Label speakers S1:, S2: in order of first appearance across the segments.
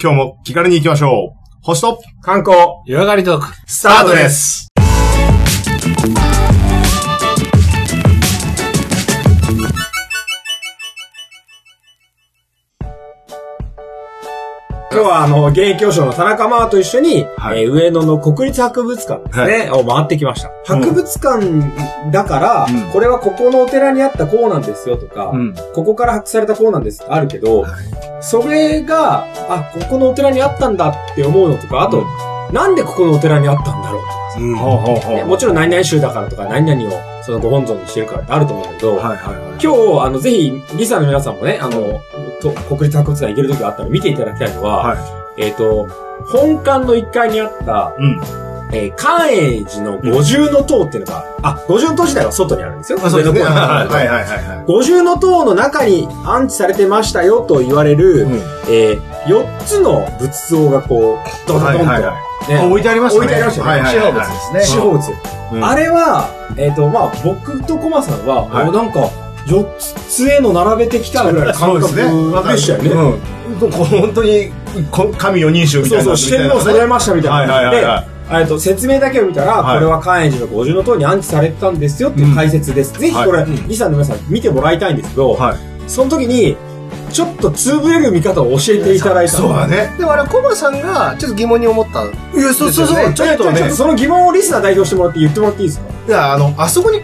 S1: 今日も気軽に行きましょう。星と、
S2: 観光、湯上がりトーク。
S1: スタートです。
S2: 今日はあの、現役教師の田中真央と一緒に、
S1: はい
S2: えー上野の国立博物館ですね、を回ってきました。
S1: うん
S2: 博物館だから、
S1: うん
S2: これはここのお寺にあったこうなんですよとか、
S1: ん。
S2: ここから発掘されたこうなんですってあるけど、それが、あ、ここのお寺にあったんだって思うのとか、あと、なんでここのお寺にあったんだろうとかさ、
S1: うん。ほうほうほ
S2: ねもちろん何々宗だからとか、何々をそのご本尊にしてるからってあると思うんだけど、
S1: はいはいはい。
S2: 今日、あの、ぜひ、リサの皆さんもね、あの、と国立博物館行ける時があったら見ていただきたいのは、
S1: は
S2: えっ、と、本館の1階にあった、
S1: い。うん。
S2: えー、寛永寺の五重の塔っていうのが、あ、五重の塔自体は外にあるんですよ。
S1: あ、そう ですね。
S2: 上の方にあ
S1: はい
S2: る
S1: はいはいは
S2: 五重の塔の中に安置されてましたよと言われる、
S1: い。うん。
S2: えー、4つの仏像がこう、ドドドンと、
S1: はいはいは
S2: ね
S1: 置いてありましたね。
S2: 置いてありましたね
S1: はいはいはい。
S3: です
S2: 四方仏。
S1: うん
S2: あれは、えっ、と、まあ、僕とコマさんは、
S1: はい
S2: おなんか、4つへの並べてきたぐらいの
S1: そ
S2: 感
S1: うです
S2: 覚
S1: ね。
S2: でしたよね。
S1: うん。こう本当に、こ神四人衆みた
S2: そ
S1: いうな。
S2: そう、四天王揃えましたみたい
S1: はい
S2: な
S1: はい
S2: 感
S1: は
S2: じ
S1: い
S2: で
S1: は、い。
S2: えっと、説明だけを見たら、
S1: はい
S2: これは関円寺の五重の塔に安置されてたんですよっていう解説です。ぜひこれ、
S1: はい
S2: リサの皆さん見てもらいたいんですけど、
S1: はい
S2: その時に、ちょっとつぶれる見方を教えていただいた
S1: そうだね。
S3: でもあれ、コバさんがちょっと疑問に思った。
S1: いや、そうそう
S3: ですよ
S1: そう。
S3: ね
S1: ちょっと
S2: ちょ
S1: ね
S2: っと、その疑問をリスナー代表してもらって言ってもらっていいですか
S1: いや、あの、あそこに、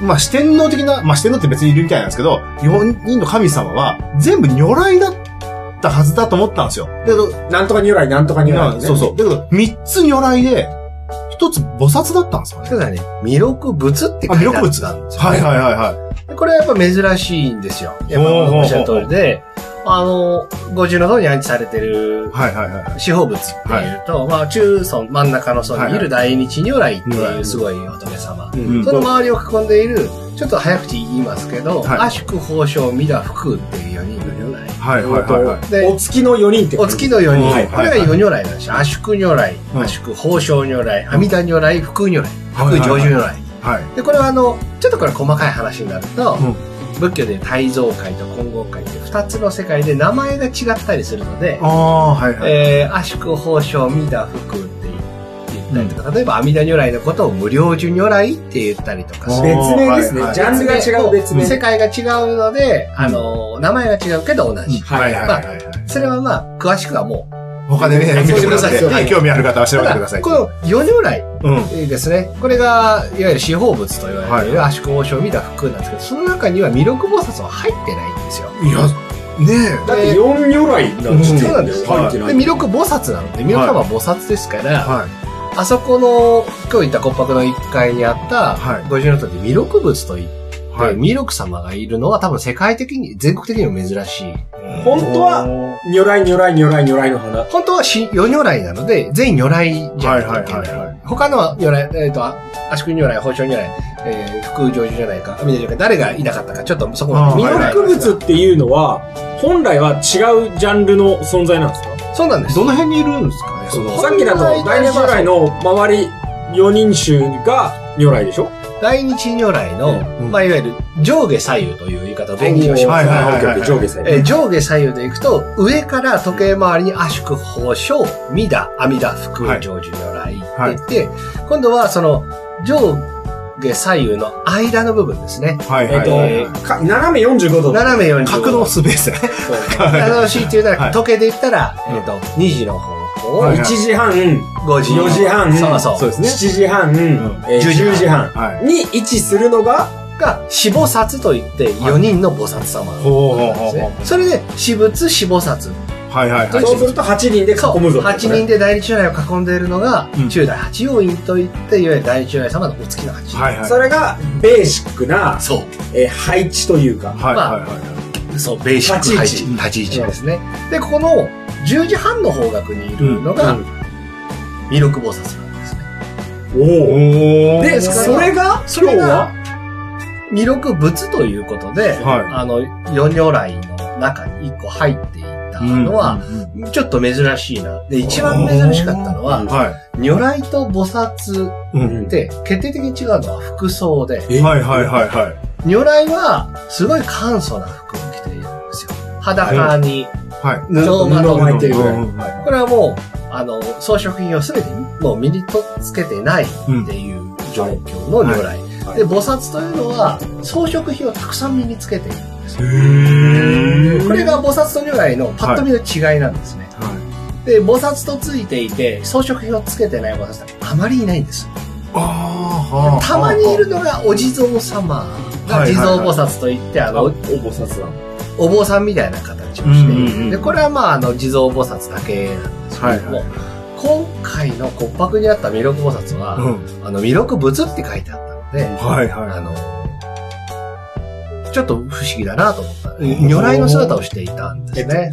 S1: まあ、四天王的な、まあ、四天王って別にいるみたいなんですけど、4人の神様は、全部如来だったはずだと思ったんですよ。だけど、
S2: なんとか如来、なんとか如
S1: ま
S2: 来、
S1: あそうそう。だけど、三つ如来で、一つ菩薩だったんですよね。
S3: そうだね。弥勒仏って書いてある。
S1: あ弥勒仏
S3: なんですよ、
S1: はいはいはいはい。
S3: い。これはやっぱ珍しいんですよ。やっぱ
S1: おー
S3: おっしゃる通りで、あの、五重の塔に安置されてる
S1: はいはいはい。
S3: 四方仏っていうと、まあ中尊、真ん中の層にいる大日如来って
S1: はいはいいう
S3: すごい仏様。
S1: うん
S3: その周りを囲んでいる、ちょっと早口言いますけど、
S1: はい
S3: 阿宿宝生弥陀福っていう4人の如来。
S1: はい
S2: え
S1: はい
S2: ーと
S1: はいはい。
S3: で
S2: お月の4人って
S3: お月の4人、
S1: はい
S3: これが4如来なんですよ。阿宿如来、
S1: うん
S3: 阿宿宝生如来、阿弥陀如来、福如来、福上
S1: はい
S3: 如来。
S1: はい。
S3: で、これはあの、ちょっとこれ細かい話になる
S1: う
S3: と、
S1: ん
S3: 仏教で大蔵界と金剛界って2つの世界で名前が違ったりするので、
S1: ああ、はいはい。
S3: えー、阿宿宝生弥陀福って言ったりとか、例えば阿弥陀如来のことを無量寿如来って言ったりとかする。
S2: 別名ですね、
S1: はいはい
S2: ジャンルが違う別名。
S3: 世界が違うので、あの、名前が違うけど同じ。
S1: はいはいはいはい。
S3: それはまあ、詳しくはもう。
S1: 他でね、見てください。
S3: そう
S1: はい、興味ある方は調
S3: た
S1: べて
S3: だ
S1: ください。
S3: この四如来
S1: うん。
S3: ですね。これが、いわゆる四方仏と言われている足交渉を見た服なんですけど、その中には弥勒菩薩は入ってないんですよ。
S1: いや、ね
S2: だって4如来なんて
S3: そうなんですよ
S2: 入ってな
S3: で、
S2: い。
S3: 弥勒菩薩なので、弥勒様は菩薩ですから、
S1: え。はい。
S3: あそこの、今日言った骨格の1階にあった
S1: はい、
S3: 五重の塔で弥勒仏と言って、
S1: はい。
S3: 弥勒様がいるのは多分世界的に、全国的にも珍しい。
S2: 本当は如来、如来、如来、如来の花。
S3: 本当はし四如来なので、全員如来じゃないといけ
S1: はいはいはいは
S3: ないい。他のは如来、えっ、と、あ足首如来、宝生如来、えー、福上寺如来か、阿弥陀如来、誰がいなかったか、ちょっとそこまで。
S1: あ
S2: 弥
S1: ーはい
S2: 勒仏っていうのは、本来は違うジャンルの存在なんですか
S3: そうなんです。
S1: どの辺にいるんですかね
S3: その
S2: さっきだと、
S3: 本来
S2: 大日如来の周り4人衆が如来でしょ
S3: 大日如来の、
S1: うん
S3: まあ、いわゆる上下左右という言い方を勉強します。
S1: はいはいはいはい
S2: オッケーオッケー上下左
S3: えー
S2: 右。
S3: 上下左右でいくと、上から時計回りに圧縮、宝生、弥陀、阿弥陀、福、
S1: はい
S3: 成就如来って言って、今度はその上下左右の間の部分ですね。
S1: はいはいはい。
S2: えっと、か斜め45度。
S3: 斜め45度。
S1: 格納スペースね。
S3: 楽しいって言うな
S1: はい
S3: ら、時計で言ったら、
S1: うん
S3: えっと、2時の方向を
S1: はい
S2: 1時半、4
S3: 5時。
S2: 時半、
S3: そうそう。
S1: そうですね
S2: 7時半、えー
S3: 10時半
S2: 10時半
S1: はい。
S2: に位置するのが、
S3: が、死菩薩と言って、4人の菩薩様
S1: ほうほう
S3: なん
S1: ほう
S3: ですね
S1: ほ。
S3: それで、死仏、死菩薩。
S1: う。はいはいはい。
S2: そうすると8人で
S3: そう。
S2: 囲むぞ。
S3: 8人で大日如来を囲んでいるのが
S1: うん、
S3: 中大八要院と言って、いわゆる大日如来様のお月の八。
S1: はいはい。
S2: それが、ベーシックな、
S3: そう。
S2: えー配置というか、
S1: はいはいはい。
S3: そう、ベーシック
S2: 立ち
S3: 位置。立ち位置ですね。で、ここの10時半の方角にいるの
S2: う
S3: が
S2: ん、
S3: 弥勒菩薩なんですね。
S2: おお。
S1: お
S2: で、
S3: それが
S2: そ
S3: そ
S2: れが、今
S3: れが
S2: 日は、
S3: 弥勒仏ということで、
S1: はい
S3: あの、四如来の中に一個入っていたのは、、ちょっと珍しいな。で、一番珍しかったのは、
S1: は
S3: 如来と菩薩
S1: い。うん。
S3: って決定的に違うのは服装で、
S2: え
S1: はいはいはいはい。
S3: 如来はすごい簡素な服を着ているんですよ。裸に、
S1: はい。
S3: ノーマル巻いてる
S1: う
S3: ぐらい。
S1: ん
S3: これはもう、あの、装飾品をすべてもう身にとっつけてないっていう状況の如来。
S2: はい
S3: で、菩薩というのは装飾品をたくさん身につけている。
S1: へー
S3: これが菩薩と如来のパッと見の違いなんですね。
S1: はい。
S3: で、菩薩とついていて、装飾品をつけてない菩薩ってあまりいないんです。
S1: ああ、はあ。
S3: たまにいるのがお地蔵様が地蔵菩薩といって、あ
S2: あお
S3: の、
S2: 菩薩なの。
S3: お坊さんみたいな形をしてい
S1: うんうんう
S3: る。
S1: ん
S3: で、これはまあ、あの、地蔵菩薩だけなんですけれども、
S1: は
S3: 今回の骨格にあった弥勒菩薩は、
S1: うん。
S3: あの、弥勒仏って書いてあったので、
S1: はいは
S3: あの、ちょっと不思議だなと思った。如来の姿をしていたんですね。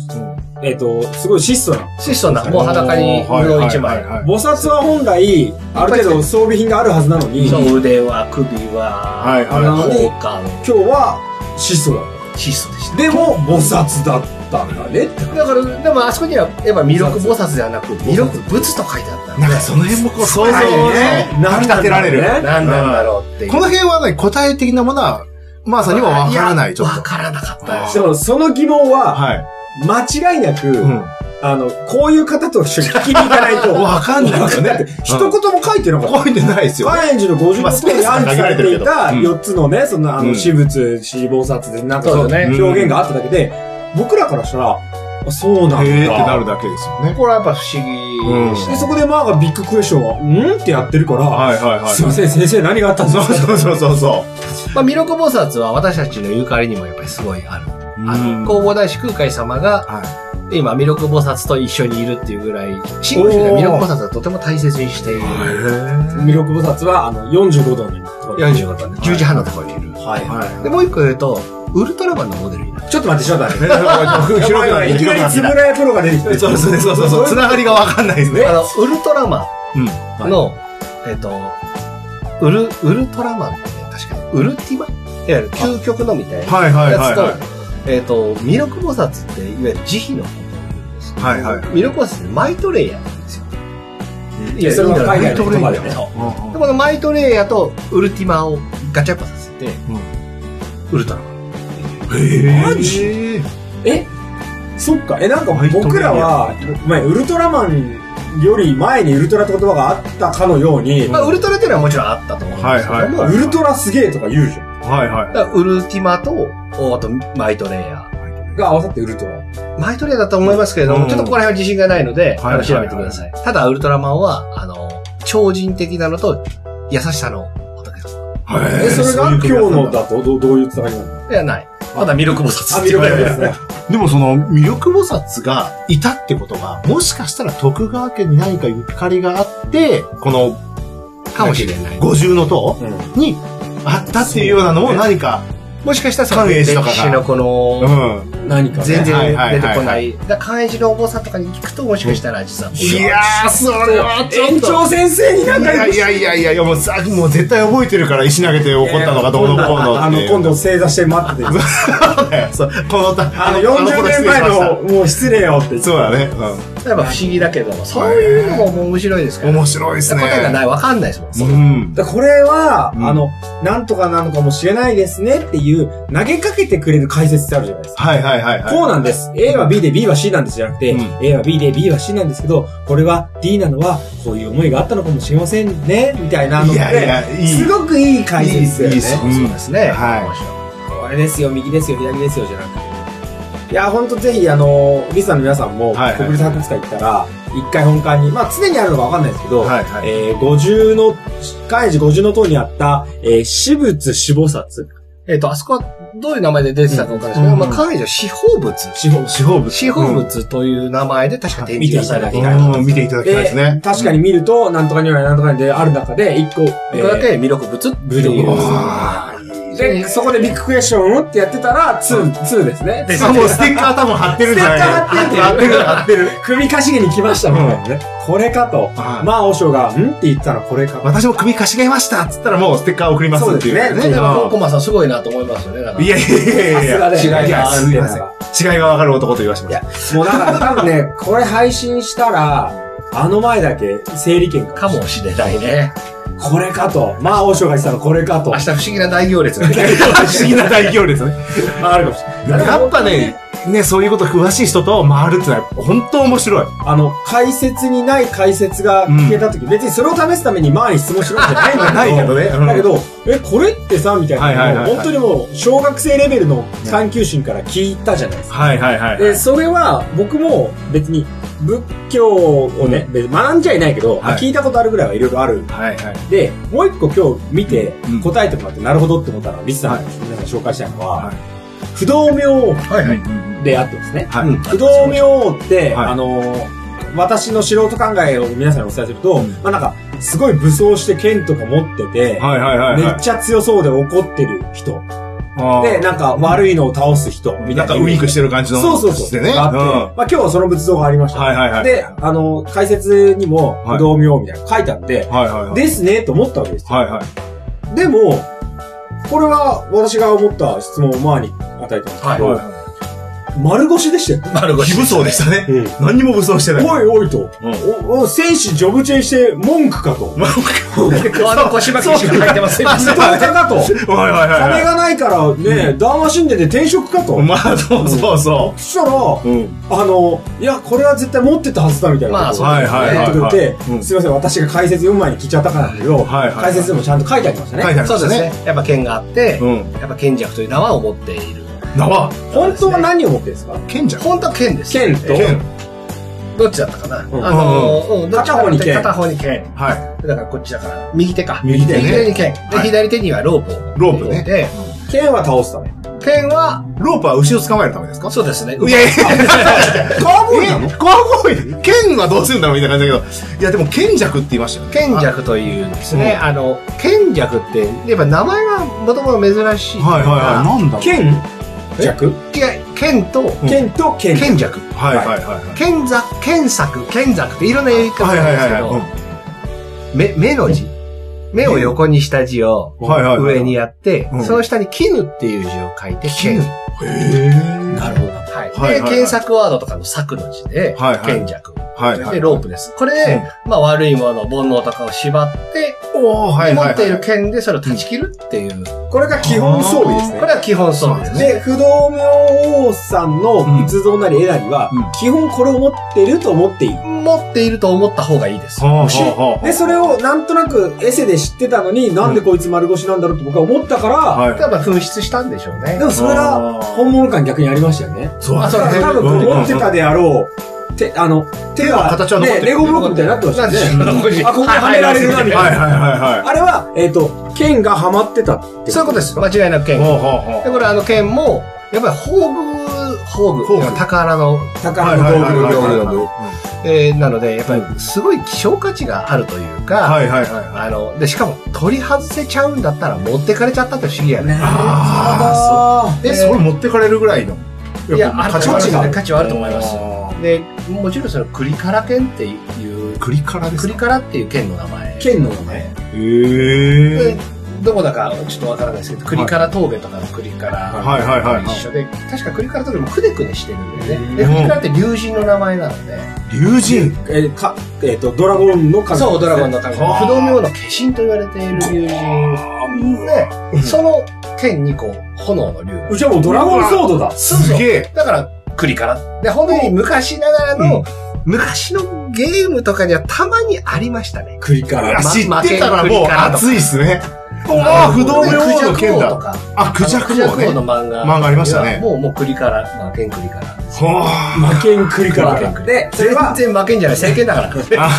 S2: えっと、すごい質素な。
S3: 質素な、もう裸に布を一枚。
S2: 菩薩は本来、ある程度装備品があるはずなのに、今
S3: そう腕は、首
S1: はい
S3: は、
S1: はい
S3: あの効果の
S2: 日は質素だ。
S3: 質素でした。
S2: でも、菩薩だったんだねって。
S3: だから、でもあそこには、やっぱ弥勒菩薩ではなく、弥勒仏と書いてあったんで
S1: なん、かその辺もこう想像をね、
S2: な
S1: かき立てられる。
S2: ね
S3: 何なんだろうっていう。
S1: この辺はね、答え的なものは、まあさんにはわからない、
S3: や
S1: ちょっ
S3: わ
S1: と。
S3: からなかったです
S2: でも、その疑問は、
S1: はい。
S2: 間違いなく、
S1: うん。
S2: あの、こういう方と出勤に行かないと。
S1: わかんないですよね。
S2: 一言も書いてなかった。
S1: 覚えてないですよ。
S2: カレンジの50
S1: まあ
S2: の
S1: ス
S2: と
S1: ペ
S2: こ
S1: ース
S2: ろに
S1: は
S2: 暗記されてい
S1: 限
S2: た
S1: られてるけど
S2: 4つのね、そんな、あ
S1: うん
S2: の、私物、死亡殺で、なんか
S3: そ
S2: そうう
S3: だ
S2: ね
S1: ね、
S2: 表現があっただけで、僕らからしたら、あそうなんだ。
S1: へーってなるだけですよね。
S3: これはやっぱ不思議でし
S2: で、
S3: た。
S2: そこでマーがビッグクエスチョンは、んってやってるから、
S1: はいはいはい。
S2: すいません、先生何があったんです
S1: そう
S2: か
S1: そうそうそうそ
S3: まあ、弥勒菩薩は私たちのゆかりにもやっぱりすごいある。
S1: う。
S3: あの、
S1: う
S3: 弘法大師空海様が、
S1: は
S3: 今、弥勒菩薩と一緒にいるっていうぐらい、真宗では弥勒菩薩はとても大切にしている。
S1: い。
S2: 弥勒菩薩は、あの、45度のところ。
S3: 45度の10時半のところにいる。
S2: はい。
S1: は
S3: で、もう一個言うと、ウルトラマンのモデルになる。
S2: ちょっと待って、ちょっと待って。
S1: い。 広く
S2: やばいやばいいきなりつぶらやプロが出てきて。
S1: そうそうそうそうそう。つながりがわかんないですね。
S3: あの、ウルトラマ
S1: うん。
S3: ンの、えっと、ウル、ウルトラマンってね、確かに、ウルティマいわゆる究極のみたいな。
S1: はいはいは
S3: や
S1: い
S3: つと、
S1: はい。
S3: えっ、と、弥勒菩薩って、いわゆる慈悲のことを言うんですけど
S1: はいはい
S3: 弥勒菩薩ってマイトレイヤーなんですよ。い
S2: やそれは海外の言葉だよね
S3: そうで、このマイトレイヤーとウルティマをガチャッコさせて、
S1: ん
S3: ウルトラマン。
S1: へ
S2: マジえそっか。え、なんか
S1: はい
S2: 僕らは、前、ウルトラマンより前にウルトラって言葉があったかのように、
S3: まあ、ウルトラっていうのはもちろんあったと思うんですけども、
S1: はいはい
S2: ウルトラすげえとか言うじゃん。
S1: はいは
S3: だからウルティマと、おあとマイトレイヤ
S2: が合わさってウルトラ。
S3: ー。マイトレイヤーだと思いますけれども、
S1: うん
S3: ちょっとここら辺は自信がないので、
S1: はい
S3: あの調べてください。ただ、ウルトラマンは、あの、超人的なのと、優しさの仏様。
S1: い。へー
S2: え、それが
S1: そういう
S2: 今
S1: 組
S2: 日
S1: み合わせなん
S2: のだとどどういうつながりなの
S3: いや、ない。まだ弥勒菩薩
S2: あ、
S3: って
S2: 見
S3: 言わ
S2: るか
S3: れる
S2: ですね。
S1: でもその、魅力菩薩がいたってことが、もしかしたら徳川家に何かゆかりがあって、この
S3: かもしれない。
S1: 五重の塔
S2: うん
S1: にあったっていうようなのも何か、
S3: もしかしたらその
S1: 寛永
S3: 歴
S1: 寺とかが
S3: 史のこ
S1: う
S3: の、
S1: ん。
S2: 何かね。
S3: 全然出てこ
S1: は
S3: ないい。だから寛永寺のお坊さんとかに聞くともしかしたら実は。
S1: いやー、それはちょっと。
S2: 園長先生になん
S1: い
S2: か
S1: やいやいやいやいや、もうさ、もう絶対覚えてるから石投げて怒ったのかどうのこうの
S2: あ
S1: っ
S2: の、
S1: ていう。
S2: 今度正座して待 ってて。
S1: そうこのた、
S2: あの、40年前の、。もう失礼よって。
S1: そうだね。
S3: やっぱ不思議だけど、そういうのも面白いですか
S1: うん。
S3: ら。
S1: 面白いですね。
S3: 答えがない。わかんないですもん。
S1: うん。
S2: だからこれは、
S1: うん
S2: あの、なんとかなのかもしれないですねっていう、投げかけてくれる解説ってあるじゃないですか。
S1: はいはいはいはい。
S2: こうなんです。A は B で B は C なんですじゃなくて、
S1: うん
S2: A は B で B は C なんですけど、これは D なのは、こういう思いがあったのかもしれませんね、みたいなの
S1: い
S2: で、
S1: やいや、いい。
S2: すごくいい解説ですよね。
S1: いいいいです
S3: そうですね。
S1: はい
S3: 面白
S2: これですよ、右ですよ、左ですよ、じゃなくて。いや、ほんとぜひ、あの、リスナーの皆さんも、
S1: はいはい
S2: 国立博物館行ったら、一回本館に、まあ常にあるのかわかんないですけど、
S1: はいはい。
S2: えー、五重の、開示五重の塔にあった、えー、私物死菩薩。
S3: い。えっと、あそこはどういう名前で出てたかわかんないですけ
S1: う
S3: ど、
S1: ん
S3: まあ、寛永寺は司法仏。
S2: 死菩
S1: 司法部。
S3: 司法仏という名前で確か展示がされていた。
S1: うん、見ていただきたいですね。
S2: 確かに見ると、なんとかにはなんとかにである中で、一個、え
S3: これだ
S2: ー
S3: け弥勒仏って
S2: 弥
S3: い
S2: 勒
S3: う。
S2: 仏
S1: あーいいね
S2: で、そこでビッグクエスチョンってやってたら、ツー、ツーですね。
S1: しかもステッカー多分貼ってるんじゃない
S2: ステッカー貼ってる
S1: 貼ってる貼ってる。
S2: 首かしげに来ましたもんね。これかと。
S1: はい
S2: まあ、和尚が、んって言ったらこれか。
S1: 私も首かしげましたっつったらもうステッカー送りますっていう。
S2: そうです
S3: ね、でも、コ
S1: う
S3: マさんすごいなと思いますよね。だか
S1: ん
S3: ら
S1: いやいやいやい
S2: さす
S1: や。
S2: がだよ
S1: いや、すいません。違いがわかる男と言わしました。
S2: もうだから多分ね、これ配信したら、あの前だけ整理券
S3: かもしれないね。
S2: これかと。まあ、和尚が言ってたのこれか と。
S3: 明日不思議な大行列が。
S1: 不思議な大行列ね。
S2: あるかもしれない。
S1: いや やっぱね、ね、そういうこと詳しい人と回るってのは本当面白い。
S2: あの、解説にない解説が聞けたとき、別にそれを試すために前に質問しろってないんだけ ど、
S1: ない けどね。うん
S2: だけど、え、これってさ、みたいなの
S1: はい
S2: を、
S1: はいはいはい
S2: 本当にもう、小学生レベルの探求心から聞いたじゃないですか。
S1: はいはいはいはい。
S2: で、それは、僕も別に、仏教をね、別に学んじゃいないけど、
S1: はい
S2: 聞いたことあるぐらいはいろいろある。
S1: はいはい。
S2: で、もう一個今日見て
S1: うん、
S2: 答えてもらって、なるほどって思ったのは、リスさんに皆さん紹介したいのは、
S1: はい
S2: 不動明
S3: はいはい。
S2: であってですね。
S1: は
S3: う
S1: い。
S3: ん
S2: 不動明王って、
S1: はい
S2: あのー私の素人考えを皆さんにお伝えすると、
S1: うん
S2: まあなんか、すごい武装して剣とか持ってて、
S1: はいはいはいはい
S2: めっ。ちゃ強そうで怒ってる人。
S1: あー
S2: で、なんか悪いのを倒す人みた
S1: ないん
S2: な
S1: か
S2: イ
S1: ウ
S2: メージ。
S1: ィークしてる感じの。
S2: そうそうそう。
S1: してね。うん
S2: があって
S1: は
S2: まあ今日はその仏像がありまし
S1: い
S2: た。
S1: はいはい。
S2: で、あのー解説にも、
S1: はい
S2: 不動明王みたいなの書いてあって、
S1: はいはいはい。
S2: ですね、と思ったわけですよ。
S1: はいはい。
S2: でも、これは私が思った質問をマーに与えたんですけど、
S3: は
S2: 丸腰でしたよ。
S3: 丸腰。
S1: 非武装でしたね。
S2: うん
S1: 何にも武装してない。
S2: おいおいと、
S1: うん
S2: おお戦士ジョブチェンして文句か と。
S3: 顔の腰巻きしか入ってません。
S2: ストーカーかと。
S1: はいはいはい
S2: 金
S1: はい。
S2: がないからね、談話神殿で転職かと。
S1: まあ、そうそうそ
S2: そしたら、
S1: う。うん。
S2: あの、いや、これは絶対持ってたはずだみたいなことを
S3: まあ
S1: はいはい
S2: 言
S1: は
S2: っ
S1: い
S2: てく
S1: は
S2: れ
S1: い。
S2: て
S1: う、ん
S2: すいません、私が解説読む前に聞いちゃったからなんだけど、
S1: はいはいはい
S2: 解説でもちゃんと書いてありました
S1: 書い
S2: ね。
S1: てある
S3: そうですね。。やっぱ剣があって、
S1: うん。
S3: やっぱ剣弱という縄を持っている。
S1: 縄。
S2: 本当は何を持ってるんですか
S1: 剣じゃん。
S3: 本当は剣です。
S2: 剣と
S1: 剣。
S3: どっちだったかな、
S2: ん
S3: あのー、うんどっちかっていうと
S2: 片
S3: 片方に剣。
S1: は
S3: だからこっちだから、右手か。
S1: 右手ね
S3: 右手に剣。で、
S1: はい
S3: 左手にはロープを。
S1: い。ロープね。
S3: で、
S2: 剣は倒すため。
S3: 剣は、
S1: ロープは牛を捕まえるためですか
S3: そうですね。
S1: いやいやいや。
S2: カーボーイなの
S1: えカウボーイ剣はどうするんだろうみたいな感じだけど。いや、でも剣弱って言いましたよね。
S3: 剣弱というんですね。
S1: う
S3: あの、剣弱って、やっぱ名前がもともと珍しい。
S1: はいはいはい。なんだろう
S2: 剣弱
S3: いや剣と、
S1: ん
S2: 剣と剣。
S3: 剣弱。
S1: はいはいはいはい。
S3: 剣座、剣作、剣作っていろんなやり方
S1: はいは
S3: なん
S1: い
S3: ですけ
S1: はい
S3: ど、
S1: はい。
S3: 目、目の字。目を横にした字を
S1: はいはいはい
S3: 上にやって、
S1: うん
S3: その下に絹っていう字を書いて、
S1: 絹
S3: 剣。
S1: へぇ
S2: なるほどな。
S3: はい。で、
S1: はいはいはい
S3: 検索ワードとかの作の字で、
S1: はいはい
S3: 剣弱。
S1: はいはい。
S3: で、ロープです。これで、まあ悪いもの、煩悩とかを縛って、
S1: おー、はい
S3: 持
S1: はいはい。
S3: っている剣でそれを断ち切るっていう。
S2: これが基本装備ですね
S3: こ。れは基本そうですね。
S2: で、不動明王さんの仏像なり絵なりは、
S1: うん
S2: 基本これを持ってると思っていい。
S3: 持っていると思った方がいいです。
S1: はあ
S2: し
S1: はあ
S2: で、それをなんとなくエセで知ってたのに、なんでこいつ丸腰なんだろうって僕は思ったから、
S1: はい。
S3: 多分紛失したんでしょうね
S2: で。もそれが本物感逆にありましたよね。
S1: そう
S3: あ
S2: だ
S3: そ
S2: か
S3: う
S2: ら多分こう持ってたであろう、手、あの、手が、
S1: 形は残ってる
S2: ねレゴブロックみたいになってましたよね。あ、ここにはめられるな、み
S1: は
S2: た
S1: い
S2: いな。
S1: はいはいは
S2: あれは、えっ、と、剣がはまってたって。
S3: そういうことです。間違いなく
S1: い。
S3: 剣。
S1: はあ
S3: で、
S1: は
S3: これあの剣も、やっぱり宝具、宝具、
S1: 宝具
S3: 宝の、
S2: 宝の道具の
S1: はいはいはい
S2: 道
S1: は
S2: 具
S1: い
S2: の
S3: えーなので、やっぱりすごい希少価値があるというか、
S1: あ。はいはいはいはい。
S3: あの、で、しかも取り外せちゃうんだったら持ってかれちゃったって不思議やね。
S1: あ
S2: あ
S1: え、
S3: で
S1: それ持ってかれるぐらいの。
S3: いや、ある
S1: 価値
S3: と思
S1: があ
S3: いますね
S1: る。
S3: 価値はあると思います。で、もちろんその栗から剣っていう、
S1: 栗からです
S3: 栗
S1: か
S3: からっていう剣の名前。
S2: 剣の名前。
S1: へ
S3: で
S1: ぇ
S3: どこだかちょっとわからないですけど、栗から峠とかの栗から、
S1: はいはいはいはい
S3: 一緒で、確か栗から峠もくねくねしてるんだよね。で、
S1: うん
S3: 栗からって竜神の名前なので、
S1: 竜神。
S2: えーか、えっ、と、ドラゴンの神
S3: そう、ドラゴンの神
S1: はあ
S3: 様、不動明王の化身と言われている竜神で、その剣にこう、炎の竜が
S2: うちはもうドラゴンソードだ。
S1: すげえ。
S3: だから、栗から。で、本当に昔ながらの、昔のゲームとかにはたまにありましたね。
S2: 栗か
S1: いや
S2: ら。
S1: 知ってたらもう熱いっすね。おー、不動明王の剣だ。
S3: だ。
S1: あ、クジャク
S3: 王
S1: 王ね。
S3: の漫画。
S1: 漫画ありましたね
S3: もう、もう栗から、まあ、剣栗から。
S1: は
S2: 負けん栗か
S3: 負けん
S2: ら。
S3: 栗
S2: で、それ
S3: 全
S2: は、
S3: 然負けん じゃない、正剣だから。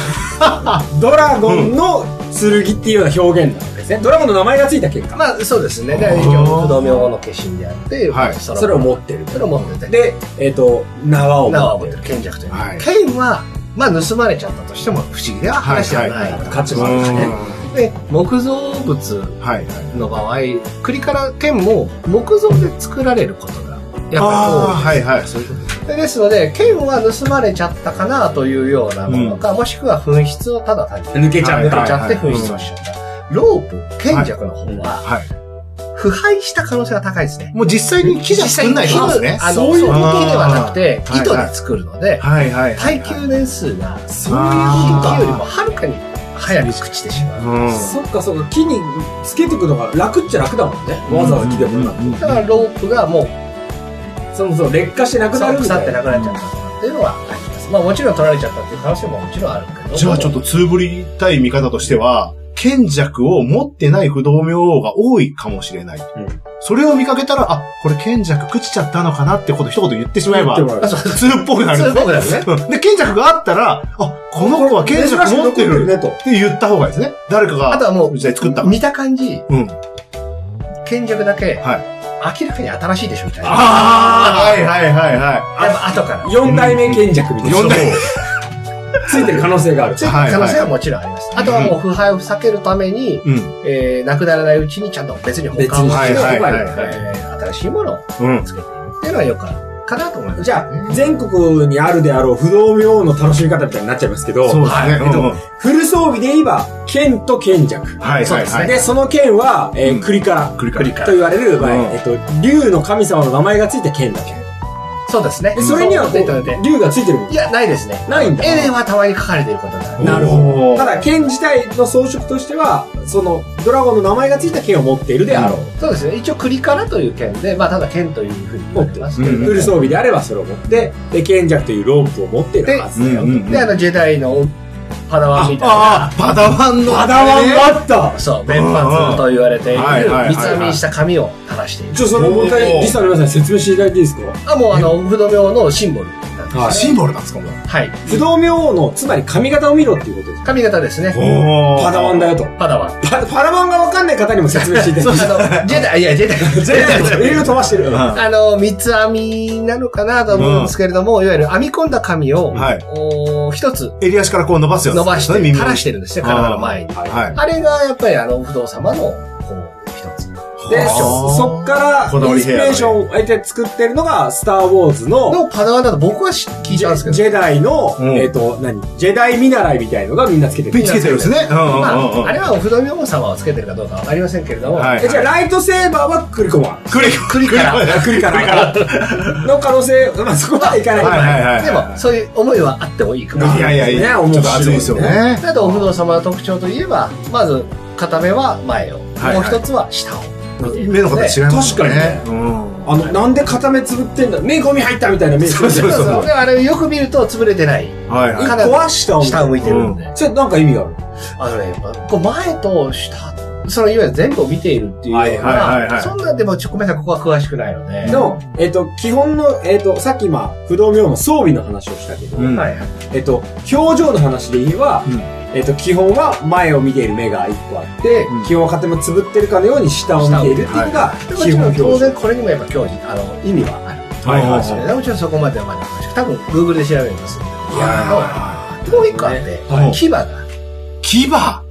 S2: ドラゴンの剣っていうような表現なんですね。ドラゴンの名前がついた結果。
S3: まあ、そうですね。
S1: あ
S3: で、
S1: ー
S3: 一応、不動明王の化身であって、
S1: はい
S3: そ
S2: それを
S3: 持
S2: 持
S3: っ
S2: ってる
S3: て。それを持ってて。
S2: で、えっ、と、縄を
S3: 縄を
S2: 持
S3: 持
S2: っ
S3: ってて
S2: る。
S3: る、剣弱という。
S1: はい
S3: 剣は、まあ、盗まれちゃったとしても、不思議では話では
S1: は
S3: ないい。
S2: 価値
S1: ぁ。
S2: もあるしね。
S3: で、木造物
S1: はい。
S3: の場合、栗から剣も木造で作られることが、やっ
S1: あー
S3: ぱり
S1: はいはい。
S3: 多いで。ですので、剣は盗まれちゃったかなというようなものか、もしくは紛失をただ単に
S2: 抜けちゃ
S1: は
S2: う
S1: い
S3: 抜け
S2: か
S3: ち
S2: ら。
S3: ゃって紛失をしちゃった。ロープ、剣弱の方は、
S1: はい。
S3: 腐敗した可能性が高いですね。
S1: もう実際に木じゃ作んないとこですね。
S3: あの
S2: そ
S3: そうう
S2: い
S3: いうう
S2: こ
S3: 木
S1: と
S3: ではなくて
S1: あ、ー
S3: 糸で作るので、
S1: はいはい。
S3: 耐久年数が、そういう木よりもはるかに早く朽ちてしまう。
S1: うん。
S2: そっかそっか、木につけとくのが楽っちゃ楽だもんね。わざわざ木でもなく。
S3: だからロープがもう、
S2: そもそも劣化してなくな
S3: 腐
S2: るみ
S3: 腐
S2: た
S3: っ
S2: い
S3: て
S2: な。
S3: なくなっちゃったっていうのはあります。まあもちろん取られちゃったっていう可能性ももちろんあるけど。
S1: じゃあちょっとつぶりたい見方としては、賢弱を持ってない不動明王が多いかもしれない。
S2: ん
S1: それを見かけたら、あ、これ賢弱朽ちちゃったのかなってこと一言言ってしまえば
S2: 言ってもらえ、ば
S1: あそう普通っぽくなる。
S3: 普通っぽくなるね
S1: うんで、賢弱があったら、あ、この子は賢弱持ってる
S2: ねと。
S1: って言った方がいいですね。誰かが、
S3: あとはもう
S1: うちで作った。
S3: 見た感じ、
S1: うん。
S3: 賢弱だけ、
S1: は
S3: 明らかに新しいでしょみたいな。や
S1: あ
S3: っ
S1: あはいはいはいは
S3: ぱ後から。
S2: 四代目賢弱みたい
S1: い。
S2: な。
S1: 四代
S2: ついてる可能性がある。
S3: ついてる可能性はもちろんあります。あとはもう腐敗を避けるために、
S1: うん。
S3: えー、なくならないうちにちゃんと別に保管をして、
S2: 別に
S1: はいはいはい
S3: えー新しいものを
S1: うん。
S3: つけているっていうのはよくあるかなと思います。
S2: じゃあ、全国にあるであろう不動明王の楽しみ方みたいになっちゃいますけど、
S1: そうですね。
S2: はいえっと
S1: うんうん
S2: フル装備で言えば、剣と剣弱。
S1: はい
S3: そう
S1: はい
S3: です
S1: は
S3: ね
S1: い。
S2: で、その剣は、え
S1: うん
S2: ー、栗から
S1: 繰り
S3: 繰り返
S2: と
S3: す。
S2: 言われる、まあ
S1: うん
S2: えっと、竜の神様の名前がついた剣だけ。
S3: そうですね
S2: で。それにはこ
S3: そうそうそう
S2: う、竜がついてるもん
S3: いや、ないですね。
S2: ないんだ。
S3: エレンはたまに書かれていることがある。
S2: なるほ
S1: ど
S2: ただ、剣自体の装飾としては、その、ドラゴンの名前がついた剣を持っているであろう。
S3: そうですね。一応、栗からという剣で、まあ、ただ剣というふうに持ってますけれど
S1: うん
S3: も
S2: フル装備であればそれを持って、で、賢者というロープを持っているはずだよ。
S1: うんうん
S3: で、あの、ジェダイのパダワンみたい
S1: あ
S3: な。
S1: あ、パダワンの。
S2: まだワン
S1: ね
S2: があった
S3: そう、弁髪と言われている
S1: うんうんはいはいはいは、い
S3: 三つ編みにした紙を垂らしている。
S2: ちょ、それもう一
S1: お
S2: 回、
S1: ー
S2: リスさんの皆さんに説明していただいていいですか
S3: あ、もう、あの、不動明王のシンボルなんですね。
S2: はい
S1: シンボルなんですかもう。
S3: はい。
S2: 不動明王の、つまり髪型を見ろっていうことです。
S3: 髪型ですね。
S1: お
S2: パダワンだ
S1: よ。
S2: よと。
S3: パダワン。
S2: パパラワンがわかんない方にも説明していた
S3: そう、
S2: だ
S3: あ
S2: いて。
S3: の、ジェダイ、いや、ジェダイ、ジ
S2: 全
S3: じゃない
S2: 部、いろいろ飛ばしてる。
S1: うん
S3: あの、三つ編みなのかなと思うんですけれども、いわゆる編み込んだ紙を、
S1: はい
S3: おー一つ
S1: 襟足からこう伸ばすよ。
S3: 伸ばして、
S1: 耳
S3: 垂らしてるんですね、体の前に。
S1: はい。
S3: あれが、やっぱり、あの、不動様の、こう、一つ。
S2: で、
S1: は
S2: そ
S1: あ
S2: そっか
S1: こだ
S2: ら、イ
S1: わ
S2: ン
S1: り
S2: スピ
S1: ヘアだね
S2: レーションを得て作ってるのが、スター・ウォーズの、
S3: のパダワンだと僕は知聞い
S2: ジ
S3: たんですけ
S2: ェ
S3: ど、
S2: ジェダイの、
S1: うん
S2: えっと、何ジェダイ見習いみたいのがみんなつけて
S1: ピ
S2: る
S1: ン。つけてるんですね。うんうん
S3: ま
S1: うんうん
S3: あ、あれはお不動明王様をつけてるかどうかわかりませんけれども、
S1: はい
S2: えじゃあ、ライトセーバーはクリコマン。
S1: クリクリ
S3: から
S2: クリカラ の可能性、まあ、そこまでいかない。
S1: はいはいはい。
S3: でも、そういう思いはあってもいいかも
S1: いやいやいや、
S2: ね
S1: ちょっと熱いですよね。
S3: あとお不動様の特徴といえば、まず片目は前を、
S1: はいはい
S3: もう一つは下を。
S1: 目の形違いますもんね。か
S2: 確
S1: に。うん。
S2: あの、なんで片目つぶってんだ目ゴミ入ったみ たいな目
S1: そうそうそう
S3: であれよく見ると潰れてない。
S1: はいはい。
S2: 一個は下を見
S3: 下を向いてるんで。
S2: それなんか意味がある。
S3: あのね、やっぱこう前と下、そのいわゆる全部を見ているっていうの
S2: は
S1: は
S2: い
S1: いはいは
S3: が、
S1: い
S3: そんなんでもちょごめんなさい、ここは詳しくないので。
S2: でも、えっ、と、基本の、えっ、と、さっき今、不動明王の装備の話をしたけど、
S1: うん
S3: はいはい。
S2: えっ、と、表情の話で言えば、
S1: うん
S2: えっ、と、基本は前を見ている目が一個あって、
S1: うん
S2: 基本は片目つぶってるかのように下を見ているっていうのが、
S3: でも
S2: 基
S3: ち
S2: 本
S3: ろん
S2: 表
S3: 当
S2: 情。
S3: 然これにもやっぱ教授、あの、意味はあ
S1: は
S3: る。
S1: いはい
S3: それでもちろんそこまではまだ詳しく。多分 Google で調べます。
S2: いや
S3: もう一個あって、
S1: はい
S3: 牙が、
S1: 牙い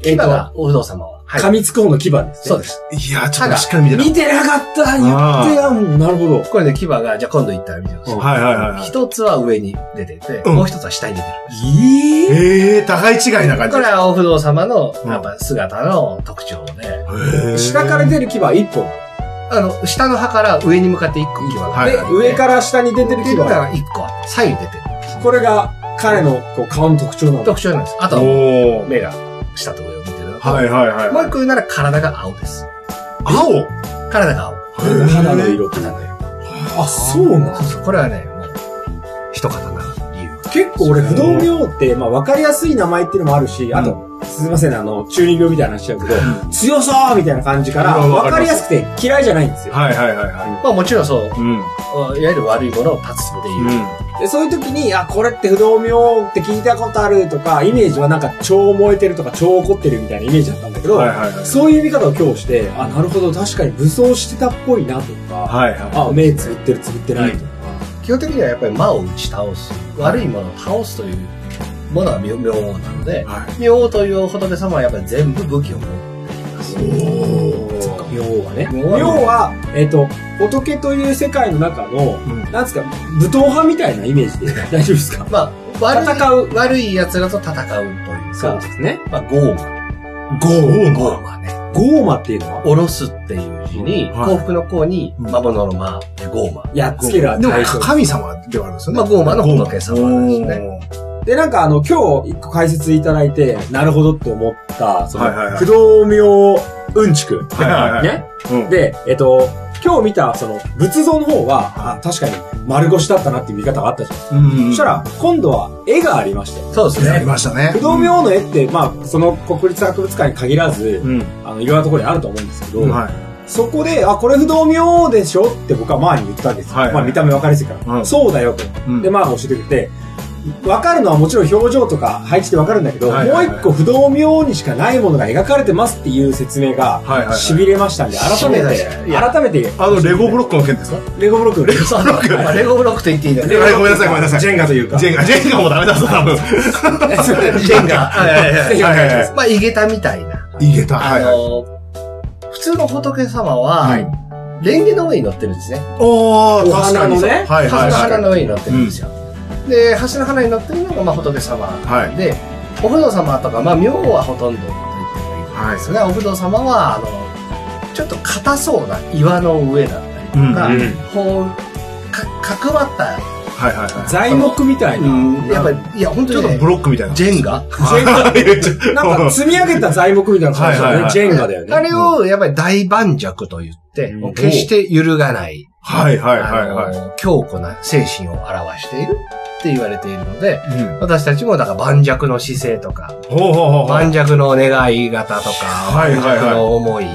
S3: 牙がお不動様は。
S2: ー、
S3: はい。
S2: 噛みつく方の牙ですね。
S3: そうです。
S1: や、ちょっとしっかり見てない。
S2: 見てなかったやってやんなるほど。
S3: これね、牙が、じゃあ今度行ったら見てください。
S1: はいはいはいはい。
S3: 一つは上に出てて、
S1: うん
S3: もう一つは下に出てる。
S2: ええ
S1: ええ、互い違いな感じ
S3: これ。はお不動様の、
S1: うん
S3: やっぱ姿の特徴で、
S1: へー
S2: 下から出る牙は1本。
S3: あの、下の歯から上に向かって一個牙が。
S1: はいはい
S2: で、上から下に出てる牙
S3: 牙
S2: は、
S3: が一個あって左右に出てる。
S2: これが彼のこう顔の特徴なの。
S3: 特徴なんです。あとは、
S1: おー
S3: 目が下と上を見てるのと、
S1: はいはいはい。
S3: もう一個言うなら体が青です。
S1: 青
S3: 体が青。
S2: 肌の色とかね。あ、そうなの
S3: そうそう、これはね、もう、一方な理由が。
S2: 結構俺、不動明王って、まあ分かりやすい名前っていうのもあるし、あと、すいませんね、あの、中二病みたいな話しちゃうけど、強そうみたいな感じから、
S1: うんわ
S2: 分
S1: か
S2: か
S1: り
S2: り
S1: ま
S2: や
S1: す
S2: すくて嫌いじゃないんですよ。
S1: はいはいはいはい。
S3: まあもちろんそう、
S1: うん。
S3: いわゆる悪いものを断つっていう。
S2: でそういう時に、あ、これって不動明王って聞いたことあるとか、イメージはなんか超燃えてるとか超怒ってるみたいなイメージだったんだけど、
S1: はいはいはい。
S2: そういう見方を今日して、あ、なるほど、確かに武装してたっぽいなとか、
S1: はいは
S2: あ、目つぶってるつぶってないとか、
S3: 基本的にはやっぱり魔を打ち倒す悪いものを倒すというものが妙妙王なので
S1: い。はい。
S3: 妙王という仏様はやっぱり全部武器を持っています
S2: そっか、明王はね。
S3: 明
S2: 明
S3: 王は
S2: 王は、えっ、と、仏という世界の中の、
S1: うん
S2: なんつうか、武闘派みたいなイメージで大丈夫ですか
S3: まあ悪い
S2: 戦う
S3: 悪い奴らと戦うというか
S2: すね。
S3: まあゴーマ
S1: ゴー
S3: ゴーマね
S2: ゴーマっていうのは、
S3: おろすっていう字に、
S1: はい
S3: 幸福の幸に魔物の魔でゴーマ
S2: やっつけるは
S1: でも
S2: 対象、
S1: 神様ではあるんですよね。
S3: まあゴーマの仏様ですね
S1: ね。
S2: で、なんかあの、今日一個解説いただいて、なるほどって思った、その、
S1: はいはいはい
S2: 不動明うんちく。
S1: はいはいはい
S2: ね。
S1: うん。
S2: で、えっと、今日見た、その、仏像の方は、あ、確かに、丸腰だったなっていう見方があったじゃん。
S1: うん
S2: そしたら、今度は絵がありまして。
S3: そうです
S1: やり
S3: ね。
S1: ましたね。
S2: 不動明王の絵って、まあ、その国立博物館に限らず、
S1: うん。
S2: あの、いろんなところにあると思うんですけど、
S1: うんはい。
S2: そこで、あ、これ不動明王でしょって僕は前に言ったわけですよ。
S1: はいはい
S2: まあ、見た目分かりやすいから。
S1: うん
S2: そうだよと。
S1: うん
S2: で、まあ、教えてくれて、分かるのはもちろん表情とか配置で分かるんだけど、
S1: はいはいはい
S2: もう一個不動明王にしかないものが描かれてますっていう説明が、
S1: はいはいはい
S2: 痺れましたんで、改め
S3: 痺れ
S2: て
S3: ました、いや
S2: 改めて、
S1: あの、レゴブロックの件ですか
S2: レゴブロックのレ
S3: そうまあレゴブロックと言っていいんだ
S1: レ
S3: ね。
S1: ゴブロックごめんなさいごめんなさい
S2: ジェンガというか。
S1: ジェンガ、ジェンガもダメだぞ、多分。
S3: ジェンガ。はいはいは。
S2: ぜひお願いしま す
S1: はい
S3: まあ、イゲタみたいな。
S1: い。いけた。
S3: あ
S1: はいはい。
S3: の、普通の仏様
S1: は、
S3: はいレンゲの上に乗ってるんですね。
S1: おー、
S2: お
S1: 確
S2: 花
S1: か
S2: の
S1: に。
S2: ね
S1: はい
S3: ハ
S1: はい
S3: スの花
S1: は
S3: の上に乗ってるんですよ。で、ハスの花に乗ってるのが、まあ、仏様
S1: はい
S3: で、お不動様とか、まあ、明王はほとんどと言ってもいいと思うんですが、お不動様は、あの、ちょっと硬そうな岩の上だったりとか、
S1: う
S3: こう、か、角張った、
S1: い。はいはいは
S2: 材木みたいな。
S3: やっぱり、いや、本
S1: い。ち
S3: 当
S1: ょっ
S3: に
S1: と
S3: ね、
S1: ブロックみたいな。
S3: ジェンガ
S1: はい
S2: なんか積み上げた材木みたいな感じだ
S1: は
S2: よ
S1: いはいは
S2: ね。
S1: い
S2: ジェンガだよね。
S3: あれを、やっぱり大盤石と言って、
S2: うん
S3: 決して揺るがない、
S1: はいはいはい
S3: あ
S1: はい。
S3: の強固な精神を表しているって言われているので、
S1: うん
S3: 私たちもだから盤石の姿勢とか、
S1: ほうほうほうほう。
S3: 盤石の願い方とか、
S1: はいはいはい
S3: 盤石の思い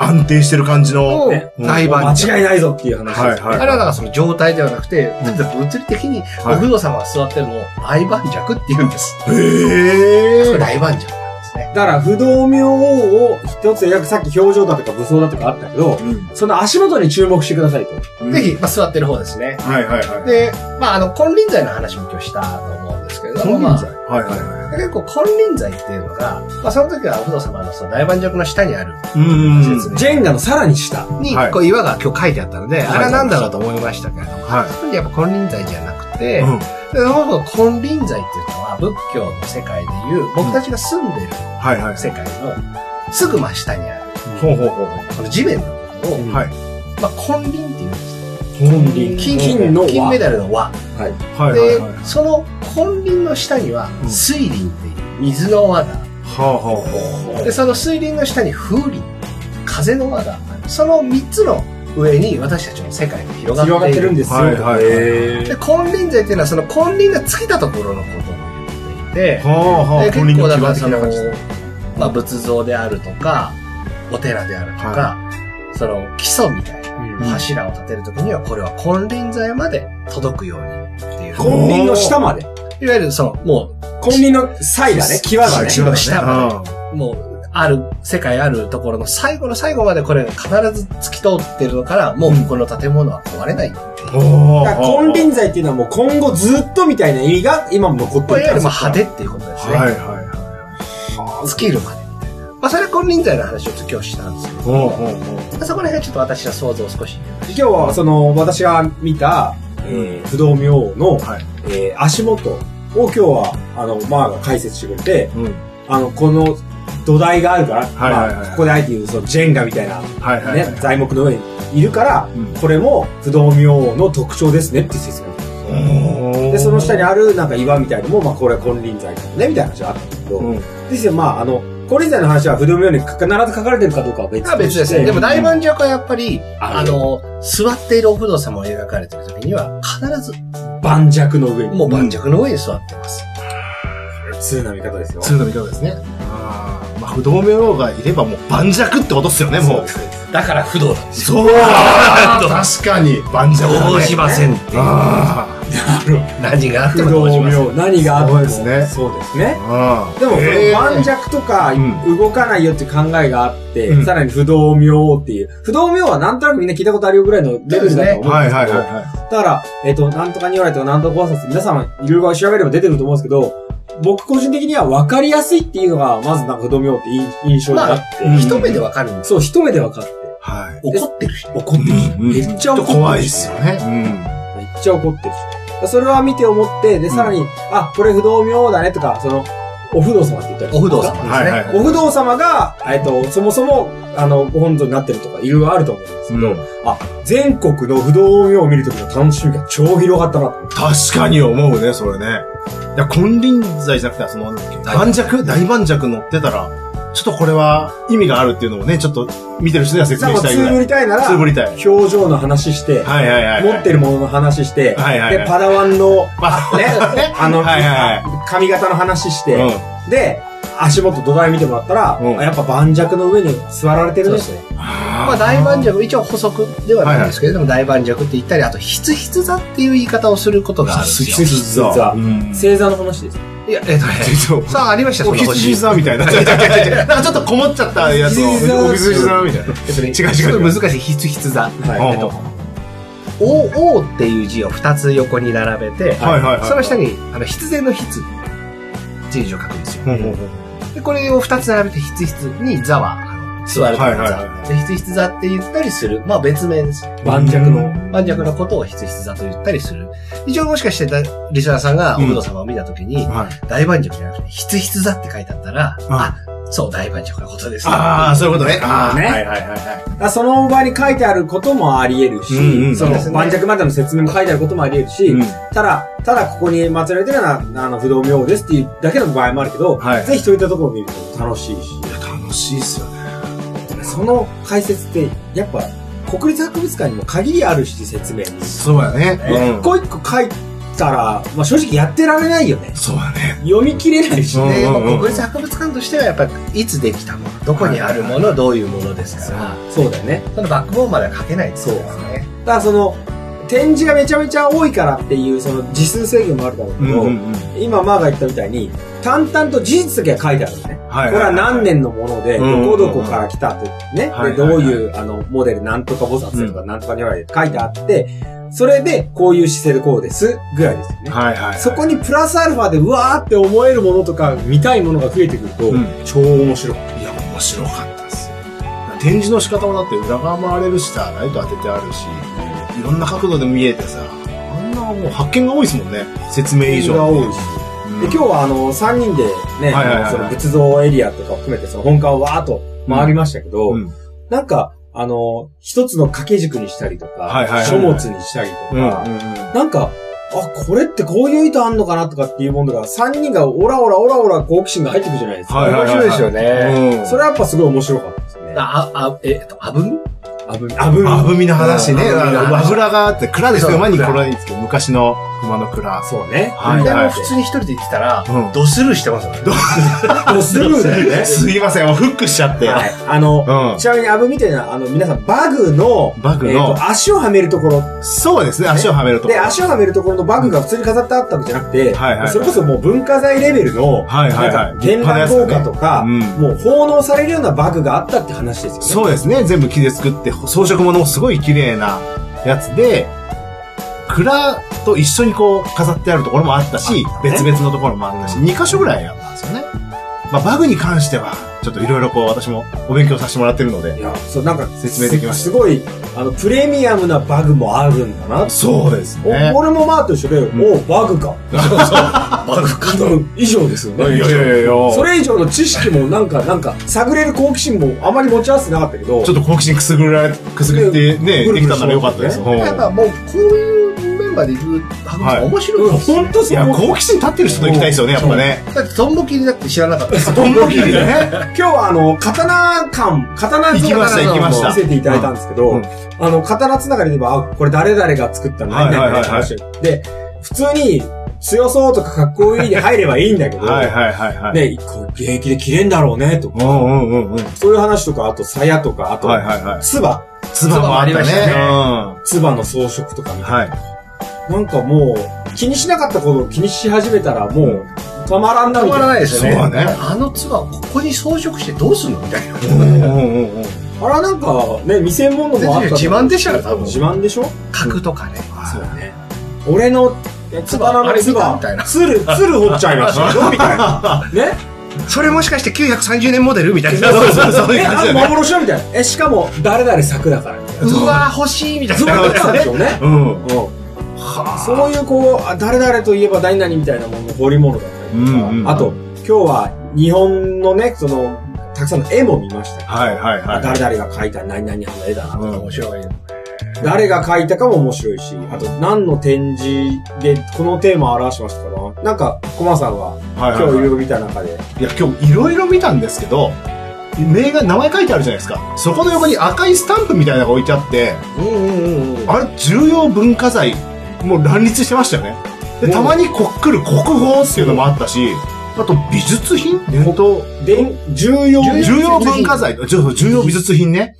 S1: 安定してる感じの。
S3: を
S2: ね
S3: 大盤石。
S2: 間違いないぞっていう話
S1: は
S2: で
S1: い
S2: す。
S1: はい。
S3: あれはだからその状態ではなくて、
S1: うん
S3: だって物理的に
S1: い
S3: お不動様が座ってるのを大盤石って言うんです。
S1: へ
S3: これ
S1: ー。
S3: 大盤石なんですね。
S2: だから、不動明王を一つ描く、さっき表情だとか武装だとかあったけど、その足元に注目してくださいと。
S3: ぜひ、まあ、座ってる方ですね。
S1: はいはいはい。
S3: で、まあ、あの、金輪際の話も今日したと思うんですけれども、まあ
S1: はいはいは
S3: 結構金輪際っていうのが、まあ、その時はお不動様のその大盤石の下にある
S1: い。うんうんうん。
S3: 説
S2: ジェンガのさらに下。
S3: 明に
S1: はい、
S3: こう岩が今日書いてあったので、
S1: はい
S3: あれは何だろうと思いましたけれども、
S1: は
S3: やっぱ金輪際じゃなく
S1: い。
S3: て、
S1: うん。
S3: で、その金輪際っていうのは仏教の世界でいう、僕たちが住んでる
S1: はいはい。
S3: 世界のすぐ真下にある、
S1: ほうほうほうほ
S3: この地面のことを、
S2: う
S1: う。
S2: ん
S1: はい。
S3: まあ、金輪っていうんですよ。
S1: 金
S2: 輪金
S3: 金
S2: の輪
S3: 金メダルの輪。
S1: はいはい
S3: で
S1: はい。は、
S3: その金輪の下には
S1: うん
S3: 水輪っていう水の輪が、
S1: あは
S3: で、その水輪の下に風輪、風の輪がある、その3つの上に私たちの世界が広がっている。
S2: 広がってるんですよ。
S1: はいはいはい
S2: へー
S3: で、金輪際っていうのはその金輪が尽きたところのことを言っていて
S1: あ。、はあはあ。
S3: で結構だからその
S1: 金輪際的な感じ、
S3: まあ、仏像であるとか、お寺であるとか、その基礎みたいな
S2: うん
S3: 柱を立てるときには、これは金輪際まで届くようにっていう。
S1: こ
S2: 金輪の下まで。
S3: いわゆるその、も
S2: 金輪の際だね。際だね。
S3: 地の下ま
S1: うん
S3: う、もう、ある、世界あるところの最後の最後までこれが必ず突き通ってるのから、もうこの建物は壊れない。
S1: ほう
S2: だから金輪際っていうのはもう今後ずっとみたいな意味が今も残っ
S3: これ
S2: てる
S3: よ
S2: か
S3: り
S2: ら。
S3: も派手っていうことですね。
S1: はいはいはい。
S3: 尽きるまで。まあ、それは金輪際の話を今日したんですけど、
S1: ほうほうほう。
S3: まあそこら辺はちょっと私は想像を少し。
S2: 今日はその私が見た、えー不動明王の、
S1: はい
S2: えー足元を今日はあのマーが解説してくれて
S1: うん。
S2: あのこの土台があるから、
S1: はいはいはい
S2: まあ、ここであえて言うそのジェンガみたいな、ね
S1: はいはいはい。
S2: 材木の上にいるから、
S1: うん
S2: これも不動明王の特徴ですねっていう説明
S1: おー
S2: でその下にあるなんか岩みたいのも、まあ、これは金輪際だねみたいな話があったんだけど、
S1: うん
S2: ですよまああの金輪際の話は不動明王に必ず書かれてるかどうかは別として
S3: まあ別ですね。でも大
S2: うん
S3: 盤石はやっぱり、
S2: あ
S3: あ
S2: の
S3: の、座っているお不動様を描かれてる時には、必ず
S2: 盤石の上に
S3: もう盤石の上に座ってます。
S2: 通な見方ですよ
S1: そういうの見方ですね。あーまあ、不動明王がいればもう盤石ってことっすよね、もう。
S3: だから不動なんですよ。
S1: そう
S3: あ ー
S1: 確かに盤石だ
S3: 動じ
S1: ね。
S3: ませんっていう。
S1: あ
S3: 何があって
S2: 不
S3: も
S2: 動
S3: 動じません。
S2: 明何があって
S1: そう
S2: も
S1: ですね
S2: そうですね
S1: あ。
S2: でも、
S1: へー
S2: 盤石とか
S1: う
S2: 動かないよっていう考えがあって、
S1: うん
S2: さらに不動明王っていう、不動明王はなんとなくみんな聞いたことあるよぐらいのレベルだと思うんですけど、
S1: はいはいはいは
S2: だから、えっ、と、なんとか如来とかなんとか考察、皆さんいろいろ調べれば出てくると思うんですけど、僕個人的には分かりやすいっていうのが、まずなんか不動明王っていい印象になって、
S1: まあ
S3: 一目でわかるんです。
S2: そう、一目で分かっ
S1: い。
S2: て、
S1: はい。
S3: 怒ってるし。
S2: 怒ってるし、
S1: うんうん
S2: めっちゃ怒ってるし
S1: 怖いですよね。うん。
S2: めっちゃ怒ってるし。それは見て思って、で、さらに、あ、これ不動明王だねとか、その、お不動様って言ったりとか
S3: お不動様ですね。
S1: はいはい
S2: お不動様が、えっと、そもそも、あの、ご本尊になってるとか、いろいろあると思うんですけど、
S1: うん
S2: あ、全国の不動明王を見るときの楽しみが超広がったなと思って。
S1: 確かに思うね、それね。いや、金輪際じゃなくて、その、盤石大盤石乗ってたら、ちょっとこれは意味があるっていうのをね、ちょっと見てる人には説
S2: さあ、
S1: 明
S2: ま
S1: し
S2: あ、
S1: たい
S2: ツ
S1: ぐ
S2: ー
S1: ら
S2: ブ
S1: い。
S2: りたいなら、
S1: つぶりたい。
S2: 表情の話して、
S1: はいはいはい。
S2: 持ってるものの話して、
S1: はいはいはい
S2: で、パダワンの、
S1: あ、
S2: ね、あの、
S1: はいは
S2: 髪型の話して、
S1: うん。
S2: で、足元土台見てもらったら、
S1: うん
S2: あやっぱ盤石の上に座られてるね。
S3: ね。
S1: ま
S3: まあ大盤石、一応補足ではないんですけれども、大盤石って言ったり、あと、ひつひつ座っていう言い方をすることがあるんですよ。
S1: ひつひつ座。うん。
S2: 星座の話です。
S3: いや、えっとね、さあ、ありましたよ、
S1: お
S3: その
S1: ひつじ
S3: 星。
S1: 座みたいな。なんかちょっとこもっちゃったやつを、
S2: ひつじ座
S1: おひつじ座みたいな。
S3: えっとね
S1: 違う違う
S3: すごい難しい、ひつひつ座。
S2: は
S1: うん
S2: い。
S3: えっと、お、おっていう字を二つ横に並べて、
S1: はいはいはい。
S3: その下に、あの、必然の必っていう字を書くんですよ。
S1: うんうんうん。
S3: で、これを二つ並べて、ひつひつに座は、あの座ると
S1: はい
S3: か
S1: はい
S3: 座。で、ひつひつ座って言ったりする。まあ別名ですよ。
S2: 盤石の。
S3: 盤石のことをひつひつ座と言ったりする。一応もしかしてだ、リスナーさんが、お
S1: うん
S3: ぶど様を見たときに、
S1: はい。
S3: 大盤石じゃなくて、ひつひつ座って書いてあったら、あ、そう、大盤石のことです。
S1: ああ、そういうことね。ああ、
S2: ね
S1: はいはいはいはい。
S2: だからその場に書いてあることもあり得るし、
S1: うんうん
S3: そ
S2: そ
S3: う
S2: の
S3: ですね
S2: 盤石までの説明も書いてあることもあり得るし、
S1: うん
S2: ただ、ただここに祀られてるのは、あの、不動明王ですっていうだけの場合もあるけど、
S1: はい
S2: ぜひそういったところを見ると楽しいし、
S1: 楽しいっすよね。
S2: その解説って、やっぱ、国立博物館にも限りあるし、説明に。
S1: そうやね。
S2: 一個一個書いたら、まあ正直やってられないよね。
S1: そうやね。
S2: 読み切れないし
S1: う
S2: ね。
S1: ん
S3: で、
S1: うんうん
S3: まあ国立博物館としてはやっぱりいつできたものどこにあるもの、どういうものですから
S2: そうだよね。
S3: そのバックボーンまでは書けないですよ
S2: そう
S3: ね
S2: だからその、展示がめちゃめちゃ多いからっていう、その字数制限もあるだろうけど、
S1: うん。
S2: 今マーが言ったみたいに、淡々と事実だけは書いてあるのね。
S1: は
S2: これは何年のもので、
S1: うん
S2: どこどこから来たってね、
S1: はいはいはい
S2: でどういうあのモデルなんとか菩薩とかなんとかには書いてあって、それでこういう姿勢でこうですぐらいですよね。
S1: はいはい。
S2: そこにプラスアルファでうわーって思えるものとか見たいものが増えてくると、
S1: うん
S2: 超面白い。
S1: いや、面白かったです。展示の仕方もだって裏側回れるしさ、ライト当ててあるし、いろんな角度で見えてさ、あんなもう発見が多いですもんね。説明以上。
S2: が多いし。
S1: うん
S2: で、今日はあの、3人でね、
S1: はいはいはいはい
S2: その仏像エリアとかを含めて、その本館をわーっと回りましたけど、
S1: うん
S2: なんか、あの、一つの掛け軸にしたりとか、
S1: はいはいはい
S2: 書物にしたりとか、
S1: うんうんうん
S2: なんか、あ、これってこういう意図あんのかなとかっていうものが、3人がオラオラオラオラ好奇心が入ってくるじゃないですか。
S1: はいはいはい
S3: 面白いですよね、
S1: うん
S2: それはやっぱすごい面白かったですね。
S3: ああえっとあぶん
S2: あぶみ。あぶみ。
S1: あぶみの話ね。
S3: うん
S1: あの和蔵があって、蔵ですけど、
S3: そう
S1: 前に来らないんですけど、昔の熊の蔵。
S2: そうね。
S1: はい
S3: で
S1: はい
S3: も普通に一人で行ってたら、
S1: うん
S3: ドスルーしてますよね
S2: ドスルーだよね。
S1: すいません、もうフックしちゃって。
S2: はい。あの、
S1: うん
S2: ちなみにアブみたいな、あの、皆さん、バグの、
S1: バグ
S2: えっ、
S1: の、
S2: と、足をはめるところ。
S1: そうですね、足をはめるとこ
S2: で、足をはめるところのバグが普通に飾ってあったわけじゃなくて、
S1: はいはい
S2: それこそもう文化財レベルの、
S1: はいはいはい
S2: なんか、現代効果とか、
S1: うん
S2: もう奉納されるようなバグがあったって話ですよね。
S1: そうですね。全部木で作って、装飾物もすごい綺麗なやつで、蔵と一緒にこう飾ってあるところもあったし、別々のところもあったし、2箇所ぐらいあったんですよね。まあ、バグに関しては、ちょっといろいろこう私もお勉強させてもらってるの
S2: い
S1: で。
S2: や、そう、なんか、
S1: 説明できました
S2: すごい、あの、プレミアムなバグもあるんだな。
S1: そうです
S2: お
S1: ね。
S2: 俺もマーと一緒で、
S1: ん
S2: おバグか。
S3: バグか
S2: 多分以上ですよ
S1: い やい
S2: ね。
S1: やいやいや。
S2: それ以上の知識もなんか、なんか、探れる好奇心もあまり持ち合わせてなかったけど、
S1: ちょっと好奇心くすぐられ、くすぐってね、
S2: ぐるぐる
S1: できたならよかったです。うん
S3: やっぱもうこういうメンバーで行く博物
S1: は
S3: 館
S1: い
S3: 面白い
S2: うん
S3: ですよ、
S2: ほんと
S1: い
S2: そ
S1: や、
S2: う。
S1: 好奇心立ってる人と行きたいですよね、やっぱね。
S3: だってトンボ切りだって知らなかったです
S1: トンボ切りでね。
S2: 今日はあの、刀感、刀
S1: 行きました
S2: 刀
S1: 行きました
S2: 見せていただいたんですけど、
S1: うんうん
S2: あの、刀つながりで言えば、あ、これ誰々が作ったの
S1: はい
S2: 何
S1: はい
S2: 々
S1: はいはい
S2: が話してる。で、普通に強そうとかかっこいいで入ればいいんだけど、
S1: はいはいはいはい。
S2: ね、こう現役で切れんだろうね、とか、
S1: うんうんうんうん。
S2: そういう話とか、あと、鞘とか、あと、
S1: はいはいはい。
S2: つば、
S1: つばもあったね。うん
S2: つばの装飾とかね、
S1: はい。
S2: なんかもう、気にしなかったことを気にし始めたら、もう、たまらんな
S3: た
S2: みた
S3: まら
S2: いな。
S3: ないですよね
S1: そうね
S3: あのツアーここに装飾してどうすんのみたいな
S1: うんうんうんうん。
S2: あら、なんか、ね、未専門のもあったと思う。
S3: 全然自慢でしょ多分
S2: 自慢でしょ
S3: 角とかね、
S2: そうね。俺の、つばのつ
S3: あれ見た
S2: ば
S3: みたい、な
S2: つる、つる掘っちゃいましたよ、みたいな。 ね
S3: それもしかして930年モデルみたいな
S1: そうそうそういう
S2: え、
S1: 感
S2: あ
S1: じ
S2: の
S1: だよね。
S2: 幻だみたいな。え、しかも、誰々作だから。
S3: うわ欲しいみたい
S2: そう
S3: な
S2: だったんでしょうね。
S1: うん。
S2: うん。そういうこう、あ誰々といえば何々みたいなものの彫り物だったりとか、
S1: うんうん
S2: あと、今日は日本のね、その、たくさんの絵も見ましたけど
S1: はいはいは
S2: 誰々が描いた何々派の絵だなとか、
S1: うん。
S3: 面白い
S2: 誰が描いたかも面白いし、あと何の展示でこのテーマを表しましたかななんか、コマさんはい
S1: はい
S2: 今
S1: は
S2: 日
S1: い
S2: い
S1: はい
S2: ろろ見た中で、
S1: いや、今日いろいろ見たんですけど、名が名前書いてあるじゃないですか。そこの横に赤いスタンプみたいなのが置いてあって、
S3: うんうんうん。
S1: あれ、重要文化財、もう乱立してましたよね。で、たまにこっくる国宝っていうのもあったし、あと美術品伝統。
S2: で、重要。
S3: 重
S1: 重要文化財、ちょっと重要美術品ね。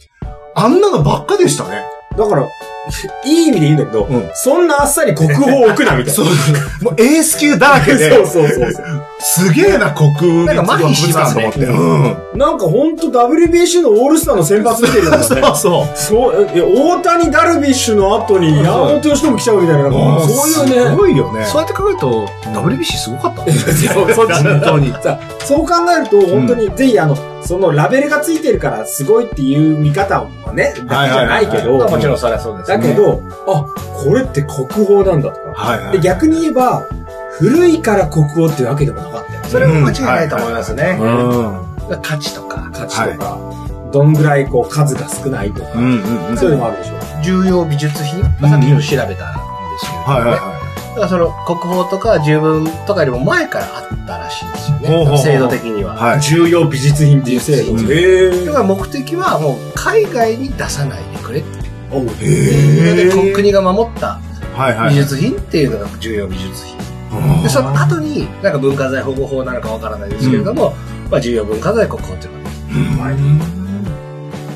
S1: あんなのばっかでしたね。
S2: だから、いい意味でいいんだけど、
S1: うん
S2: そんなあっさり国宝を置くな、みたいな。
S1: そう。もうエース級だら け
S2: そう
S1: で、
S2: そうそうそう。
S1: すげえな、国立
S3: なんか麻痺しますね
S1: 博物館と思って。
S2: なんかほんと WBC のオールスターの先発見てるよう
S1: うん。
S2: な ね。
S1: そうそう。
S2: そう、えいや、大谷ダルビッシュの後に山本由伸来ちゃうみたいな、なんかそういう
S1: す
S2: ね。
S1: ごいよね。
S3: そうやって考えると、WBC すごかったね。
S2: そう
S3: 本当に。
S2: さそう考えると、本当に、ぜひ、あの、そのラベルがついてるからすごいっていう見方もね、だけじ
S1: はい
S2: ゃないけど、
S3: まあもちろんそれはそうですね。
S2: だけど、あ、これって国宝なんだとか。
S1: はいは
S2: で
S1: い。
S2: 逆に言えば、古いから国宝ってわけでもなかったよね。
S3: それは間違いないと思いますね。
S1: うん。
S3: 価値とか、
S2: 価値とか、どんぐらいこう数が少ないとか、
S1: うんうんうん。
S2: そういうのもあるでしょう。
S3: 重要美術品、まあ、さっきちょっと調べたんですけど、ね
S1: はいはい
S3: だ
S1: は
S3: からその国宝とか十分とかよりも前からあったらしいんですよね。
S1: ほうほうほう
S3: 制度的には。
S1: い。はい。
S2: 重要美術品っていう制度。
S1: うん
S2: へ
S3: だ
S2: ぇ
S3: から目的はもう海外に出さないでくれっていうので、
S1: へ
S3: 国が守った
S1: ー。はいは
S3: 美
S1: い。
S3: 術品っていうのが重要美術品。
S1: うん
S3: で、その後に、なんか文化財保護法なのかわからないですけれども、まあ重要文化財国宝っていうのが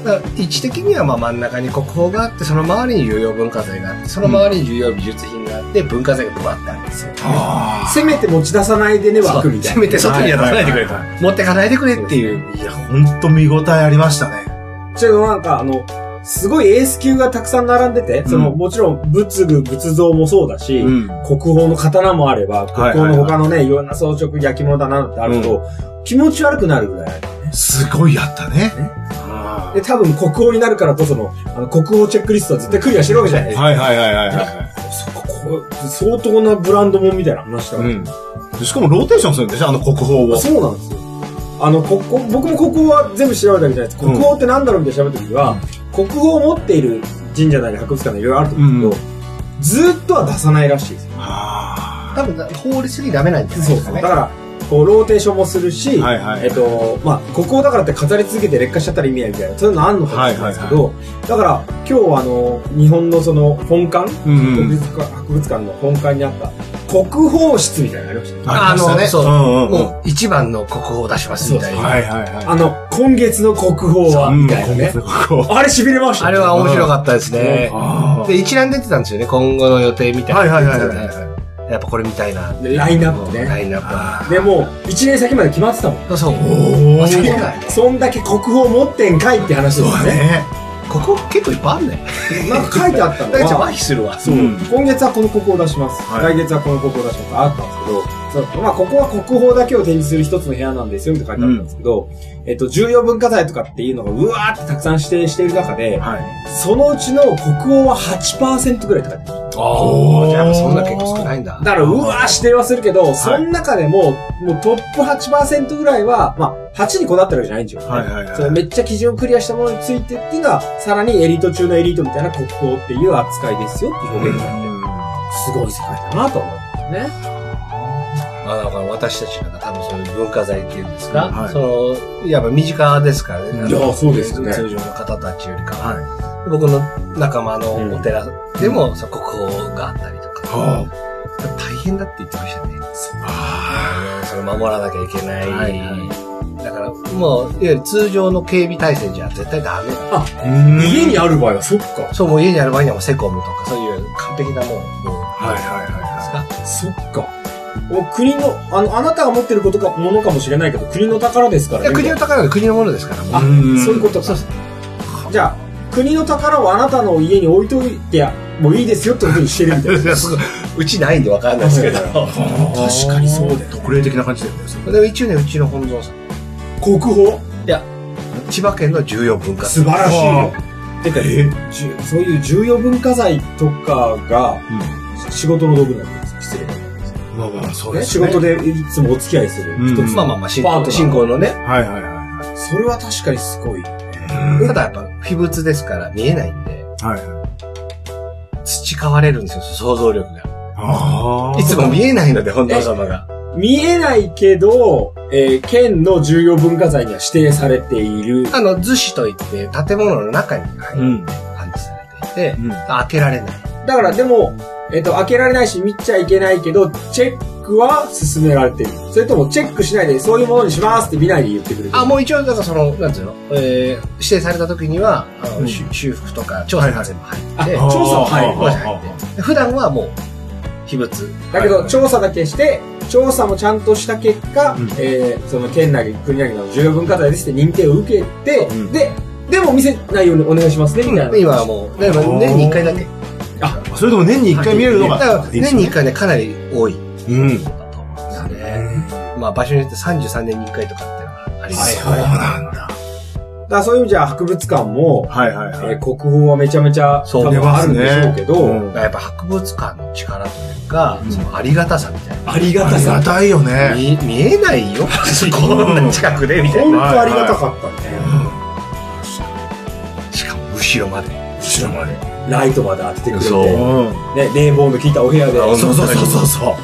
S3: だから位置的にはまあ真ん中に国宝があってその周りに重要文化財があってその周りに重要美術品があって文化財がバーってあるんですよ。
S1: あ
S2: せめて持ち出さないでね、
S3: そ
S2: 枠
S3: う
S2: みたいな。
S3: せめて外には出さないでくれと
S1: は
S3: 持ってかないでくれっていう。
S1: ーいや、ほんと見応えありましたね。
S2: ちょっとなんかあの、すごいエース級がたくさん並んでて、その、
S1: うん
S2: もちろん仏具、仏像もそうだし、
S1: ん。
S2: 国宝の刀もあれば、国
S1: はいはい
S2: 宝の他のね、いろんな装飾、焼き物だなってあると、気持ち悪くなるぐらい。
S1: すごいやったね。
S2: で、多分国宝になるからこその、あの、国宝チェックリストは絶対クリアしてるわけじゃないですか。
S1: はいはいはいはいは
S2: そここう相当なブランドもんみたいな話だ
S1: い。
S2: から、
S1: うん。しかもローテーションするんでしょあの国宝を。
S2: そうなんですよ。あの、ここ、僕も国宝は全部調べたわけじゃないです。国宝ってなんだろうみたいな調べた時は、国宝を持っている神社なり博物館なりいろいろあると思うけど、ずーっとは出さないらしいです。
S1: あ
S3: 多分な法律にダメなんじゃない
S2: そう
S3: で
S2: ですす
S3: か
S2: ね。だ
S3: ね。
S2: から、こう、ローテーションもするし、
S1: ーはいはい。
S2: えっと、まあ、国宝だからって飾り続けて劣化しちゃったら意味ないみたいな、そういうのあんのかもしれないですけど、だから、今日はあの、日本のその、本館、
S1: うんう
S2: 国
S1: ん。
S2: 立博物館の本館にあった、国宝室みたいなのありましたね。
S3: あの
S1: りました
S3: そう
S1: うんうんうん。
S3: もう一番の国宝を出しますみたいな。
S1: はいはいはい。
S2: あの、今月の国宝は、
S1: うん
S2: みたいなね。
S1: 国宝。
S2: あれ痺れましたね。
S3: あれは面白かったですね。
S1: あー
S3: で、一覧出てたんですよね。今後の予定みたいな。
S1: はいはいはいはい
S3: やっぱこれみたいな。
S2: でラインナップね
S3: ラインナッ
S1: あ
S2: でも、1年先まで決まってたもん。
S3: プ。そう。
S1: おー
S3: 忘れてない
S2: そんだけ国宝持ってんかいって話
S1: ー。そ
S2: で
S1: うだ
S2: すね。
S1: ね。
S3: ここ結構いっぱいあるね。
S2: なんか書いてあったの
S3: だからちょっと
S2: は、
S3: 麻痺するわ。
S1: そう。
S2: 今月はこの国宝を出します。
S1: はい
S2: 来月はこの国宝を出します。あったんですけど、そうまあ、ここは国宝だけを展示する一つの部屋なんですよって書いてあったんですけど、えっと、重要文化財とかっていうのがうわーってたくさん指定している中で、
S1: はい。
S2: そのうちの国宝は8%ぐらいって書いてあった。
S1: おー
S3: じゃあやっぱそんな結構少ないんだ。
S2: だから、うわー指定はするけど、その中でも、もうトップ8%ぐらいは、まあ、8にこだわってるわけじゃないんですよ、
S1: はいはいはい
S2: それめっちゃ基準をクリアしたものについてっていうのは、さらにエリート中のエリートみたいな国宝っていう扱いですよっていう表現が、すごい世界だなと思うんですね。
S3: まあだから私たちが多分そういう文化財っていうんですか、
S1: はい
S3: その、いわば身近ですからね。
S2: いやそうですよね
S3: 通常の方たちよりかは。
S1: は
S3: 僕の仲間のお寺でも、
S2: うん
S3: その国宝があったりとか、
S1: は
S3: 大変だって言ってましたね。
S1: あ
S3: それ守らなきゃいけない。
S1: はいは
S3: だから、もう、いわゆる通常の警備体制じゃ絶対ダメ。
S1: ー。
S2: 家に
S1: あ
S2: ある場合はそっか。
S3: そう、もう家にある場合にはもうセコムとか、そういう完璧なもう、も
S1: はいはいはいう
S3: で
S1: は
S3: すか
S2: そっか。もう国の、あの、あなたが持ってることか、ものかもしれないけど、国の宝ですから
S3: いや、国の
S2: み
S3: 宝で国のものですから、もう
S2: あ
S1: うん
S2: そういうことか
S3: そうそう
S2: じゃあ、国の宝をあなたの家に置いといてや、もういいですよってことにしてるみたいな。
S3: いやすごいうちないんでわかんないですけど。
S1: 確かにそうだよ。特例的な感じだよね。それ
S3: でも一応ね、うちの本尊さん。
S2: 国宝
S3: 千葉県の重要文化財。
S2: 素晴らしいよ。てか、
S1: え
S2: じゅそういう重要文化財とかが仕事の道具になってます。失礼な
S1: まあまあ、そう
S2: ね、
S1: です
S2: 仕
S1: ね。
S2: 事でいつもお付き合いする一
S1: うん
S2: つ、
S3: まあまあまあ、信
S2: パートナ
S3: 仰
S2: ー
S3: 信仰のね。
S1: はいはいは
S2: それは確かにすごい。
S3: ただやっぱ、秘仏ですから見えないんで、
S1: い。はい。
S3: 培われるんですよ、想像力が。
S1: ああ。
S3: いつも見えないので、本尊様が。
S2: 見えないけど、えー県の重要文化財には指定されている。
S3: あの、図紙といって、建物の中に入
S1: う
S3: る
S1: ん。
S3: 感じされていて、
S1: うん。
S3: 開けられない。
S2: だからでも、えっ、と、開けられないし見ちゃいけないけど、チェックは進められてる。それともチェックしないで、そういうものにしますって見ないで言ってくれてる。
S3: あ、もう一応、だからその、なんていうの、えー、指定された時には、あの
S1: うん
S3: し修復とか調査が全部入って、
S2: あ調査は入る
S3: 調査入ってで普段はもう、秘仏。
S2: だけど、調査だけして、調査もちゃんとした結果、
S1: うん
S2: えーその県内、国内の重要文化財ですって認定を受けて、
S1: うん
S2: で、でも見せないようにお願いしますね、みたいな。
S3: 今はもう、でも年に一回だけ。
S1: それでも年に一回見れるの
S3: だから
S1: が、いいです
S3: 年
S1: ね
S3: に一回ね、かなり多い。
S1: うん。
S3: ですね。まあ場所によって33年に1回とかっていうのがあります。
S1: そうなんだ。
S2: だからそういう意味じゃ、博物館も、
S1: はいはい
S2: え
S1: はい。
S2: ー国宝はめちゃめちゃ
S3: そう
S2: 多分あるんでしょうけど、
S1: うん
S3: だからやっぱ博物館の力というか、そのありがたさみたいな。
S2: ありが
S1: あ
S2: た
S1: りが
S2: さ。
S1: たいよね。
S3: 見見えないよこんな近くでみたい
S2: 本
S3: な。
S2: 当ありがたかったね。
S3: しかも後ろまで。
S1: 後ろまで。
S2: ライトまで当ててくれて、
S3: そう
S1: うん。
S2: ね、冷房の効いたお部屋で。
S1: そうそうそうそうそう。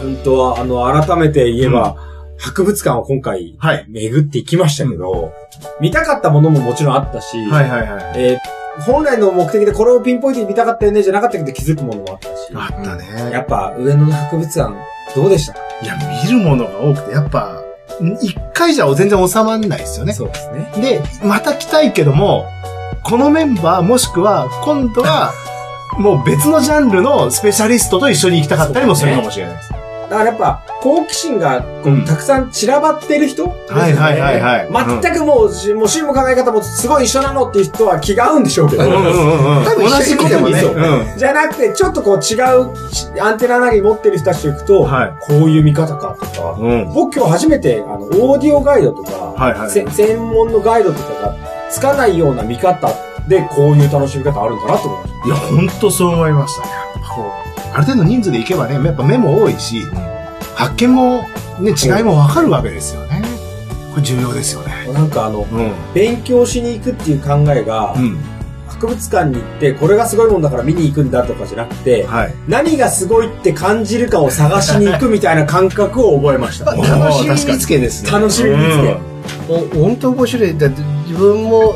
S2: 本当は、あの、改めて言えば、博物館を今回、
S1: はい。
S2: 巡っていきましたけど、見たかったものももちろんあったし、
S1: はいはいはい。
S2: えー本来の目的でこれをピンポイントに見たかったよね、じゃなかったけど気づくものもあったし、
S1: あった
S2: や
S1: ね。
S2: っぱ上野の博物館、どうでしたか
S1: いや、見るものが多くて、やっぱ、ん一回じゃ全然収まんないですよね。
S2: そうですね。
S1: で、また来たいけども、このメンバーもしくは、今度 は、もう別のジャンルのスペシャリストと一緒に行きたかったりもするかもしれないです。
S2: だからやっぱ、好奇心がこう、
S1: うん
S2: たくさん散らばってる人、
S1: はいはいはいはいうん
S2: 全くもう、しもう趣味も考え方もすごい一緒なのっていう人は気が合うんでしょうけど、
S1: うんうん
S3: 多分
S1: 同じことにね。
S2: 一緒に見てもね
S1: う
S2: じゃなくて、ちょっとこう違うしアンテナ投げ持ってる人たちと行くと、
S1: はい
S2: こういう見方かとか、
S1: ん。うん。
S2: 僕今日初めて、あの、オーディオガイドとか、
S1: はいはい
S2: せ専門のガイドとかがつかないような見方で、こういう楽しみ方あるんだなと思いまし
S1: いや、ほんとそう思いましたね。ある程度人数で行けばね、やっぱ目も多いし、発見も、ね、違いもわかるわけですよね。これ重要ですよね。
S2: た。なんかあ
S1: う
S2: の、
S1: ん。
S2: 勉強しに行くっていう考えが、
S1: うん。
S2: 博物館に行って、これがすごいもんだから見に行くんだとかじゃなくて、
S1: はい。
S2: 何がすごいって感じるかを探しに行くみたいな感覚を覚えました。
S3: 楽しみ見つけですね。
S2: 楽しみにつけ。
S3: もう本当面白い。だって自分も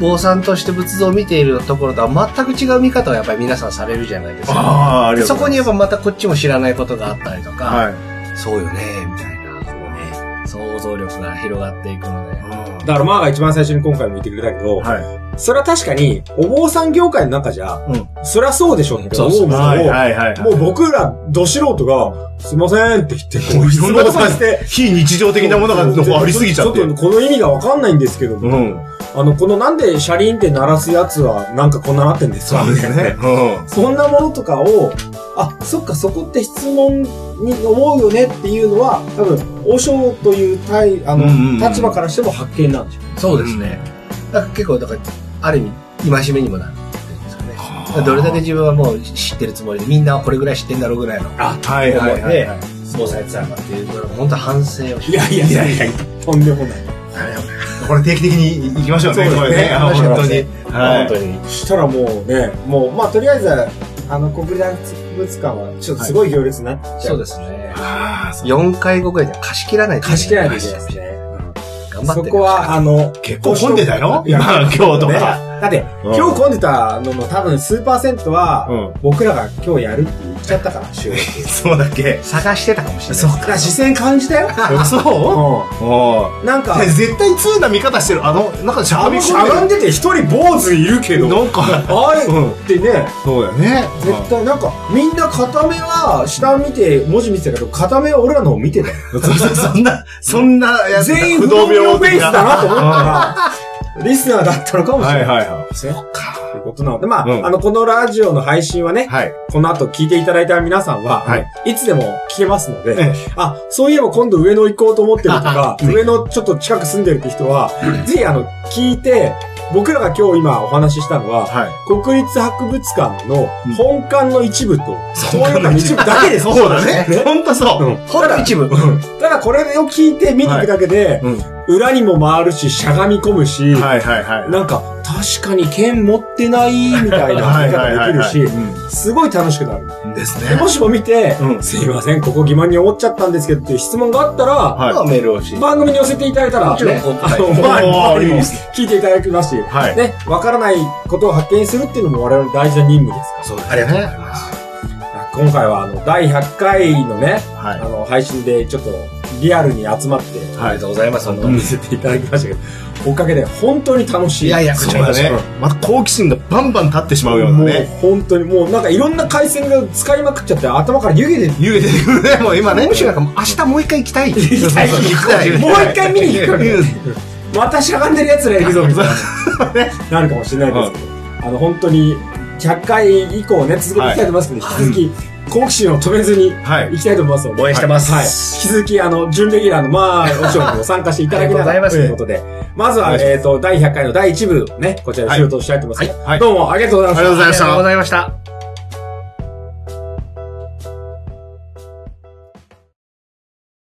S3: 坊さんとして仏像を見ているところとは全く違う見方をやっぱり皆さんされるじゃないですか。
S1: ああ、ありがと
S3: そう
S1: ご
S3: こ
S1: ざ
S3: に
S1: い
S3: や
S1: ま
S3: っ
S1: す。
S3: ぱまたこっちも知らないことがあったりとか、
S1: はい。
S3: そうよね、みたいな、こうね、想像力が広がっていくので。
S2: だからマーが一番最初に今回も言ってくれたけど、
S1: はい。
S2: それは確かに、お坊さん業界の中じゃ、
S1: うん
S2: そりゃそうでしょって思うも
S1: はい
S2: のを、
S1: はいはい。
S2: もう僕ら、ど素人が、すいませんって言って、こ
S1: も
S2: う
S1: うい
S2: 質
S1: ろんな
S2: 問
S1: とこ
S2: させて、
S1: 非日常的なものがありすぎちゃって
S2: ちょ。っとこの意味がわかんないんですけども、
S1: うん。
S2: あの、このなんで車輪って鳴らすやつは、なんかこんななってんですか
S1: そうですね。。う
S2: そんなものとかを、あ、そっか、そこって質問に思うよねっていうのは、多分、和尚という体、あの、
S1: うんうんうん
S2: 立場からしても発見なんでしょうね。
S3: そうですね。だから結構、だから、ある意味、戒めにもなるっていうんですかね。だから
S1: ん。
S3: どれだけ自分はもう知ってるつもりで、みんなはこれぐらい知ってんだろうぐらいの
S1: はいはいはいはい。
S3: 坊さんやってたのかっていうのは、本当反省をして。
S2: いやいやいやいや、とんでもない。
S1: これ定期的に行きましょうね、これね。あ
S3: 話が
S1: 本当に。は
S3: 本当
S1: い。
S3: に。
S2: したらもうね、もう、まあ、とりあえず、あの、国立博物館は、ちょっとすごい行列になっちゃ。
S3: そううですね。
S1: ああ、そう
S3: 4回5回じゃ貸し切らないと
S2: 貸し切らないといけないですね。
S3: 頑張って
S2: そ
S3: る
S2: こは、あの、
S1: 結構混んでたよ。
S2: いや
S1: まあ今日と
S2: ね
S1: か。
S2: だって、
S1: うん
S2: 今日混んでたのも多分数パーセントは、
S1: うん。
S2: 僕らが今日やるって言っちゃったから、収録。
S1: そうだっけ。
S3: 探してたかもしれない。
S2: だから視線感じたよ。
S1: そう
S2: う
S1: おー
S2: ん。なんか
S1: ね、絶対通な見方してる。あの、なんかしゃ
S2: あ
S1: がみ
S2: の、し
S1: 込
S2: ゃがん
S1: んで
S2: でて一人坊主いるけ
S1: る。
S2: ど、
S1: なんか、
S2: あれ
S1: うん。
S2: ってね、
S1: そうだよね。
S2: 絶対なんか、みんな片目は下見て、文字見てたけど、片目は俺らのを見て たよ。
S1: うんそうそうそんな、そんなやつ、
S2: 全員不動病ベースだなと思った から、リスナーだったのかもし
S1: はい
S2: れない。
S1: はいはい。
S2: そうということなので、まあ、
S1: うん
S2: あの、このラジオの配信はね、
S1: はい。
S2: この後聞いていただいた皆さんは、、
S1: はい
S2: つでも聞けますので、
S1: ええ
S2: あ、そういえば今度上野行こうと思ってると か、上野ちょっと近く住んでるって人は、ぜひあの、聞いて、僕らが今日今お話ししたのは、
S1: はい。
S2: 国立博物館の
S1: うん
S2: 本館の一部と、東洋館の一部だけで す。
S1: そうだね。
S2: ね
S1: ほんとそう。
S2: うん
S3: ほんの一部。
S2: ただこれを聞いて見に行くだけで、
S1: うん
S2: 裏にも回るし、しゃがみ込むし、
S1: はいはいはい。
S2: なんか、確かに剣持っってないみたいな
S1: は
S2: 見
S1: いはい
S2: 方
S1: は
S2: で
S1: いはい。
S2: きるし、
S1: う
S2: すごい楽しくなる。
S1: んです
S2: で
S1: ね。
S2: もしも見て、
S1: うん
S2: すいません、ここ疑問に思っちゃったんですけどっていう質問があったら、
S1: はい。
S3: まあメールをし。
S2: 番組に寄せていただいたら、
S3: もちろん
S2: ね
S3: お
S2: あ
S3: 答え
S2: の、
S1: おー
S2: まあ、周り
S1: いい
S2: も
S1: です
S2: 聞いていただきますし、
S1: はい。
S2: ね、わからないことを発見するっていうのも我々の大事な任務です
S1: そ
S2: か
S1: うですね。
S3: ありがとうございます。
S2: ら。今回は、あの、第100回のね、
S1: は
S2: あ
S1: い。
S2: の、配信でちょっとリアルに集まって、
S1: はい
S3: ありがとうございます。
S2: あ
S3: 本当
S2: の、
S3: に
S2: 見せていただきましたけど、おかげで本当に楽しい。
S3: いやいや
S1: そうだね。また好奇心がバンバン立ってしまうような
S2: もう
S1: ね。
S2: 本当にもうなんかいろんな回線が使いまくっちゃって頭から湯気で
S1: 湯気出てくるね、もう今ね。
S3: むしろなんかもう明日もう一回行きたい。
S2: 行きたい
S3: そうそうそう
S2: もう一回見に行くからねまたしゃがんでるやつらいるぞみたいななるかもしれないですけど、あの本当に100回以降ね続けていきたいと思いますので、引き続き好奇心を止めずに
S1: はい
S2: 行きたいと思いますので、
S3: 応援してます。
S2: はい、引き続きあの準レギュラーのまあおしょにも参加していただきなが
S3: あり
S2: ら
S3: が
S2: と
S3: と
S2: いう
S3: う
S2: こ
S3: ご
S2: とでまずは、えっと第100回の第1部ねこちらで終了したいと思います、
S1: はい
S2: どうもありがとうございまし
S1: あ
S2: た、
S1: りがとうございました
S3: ありがとうございました。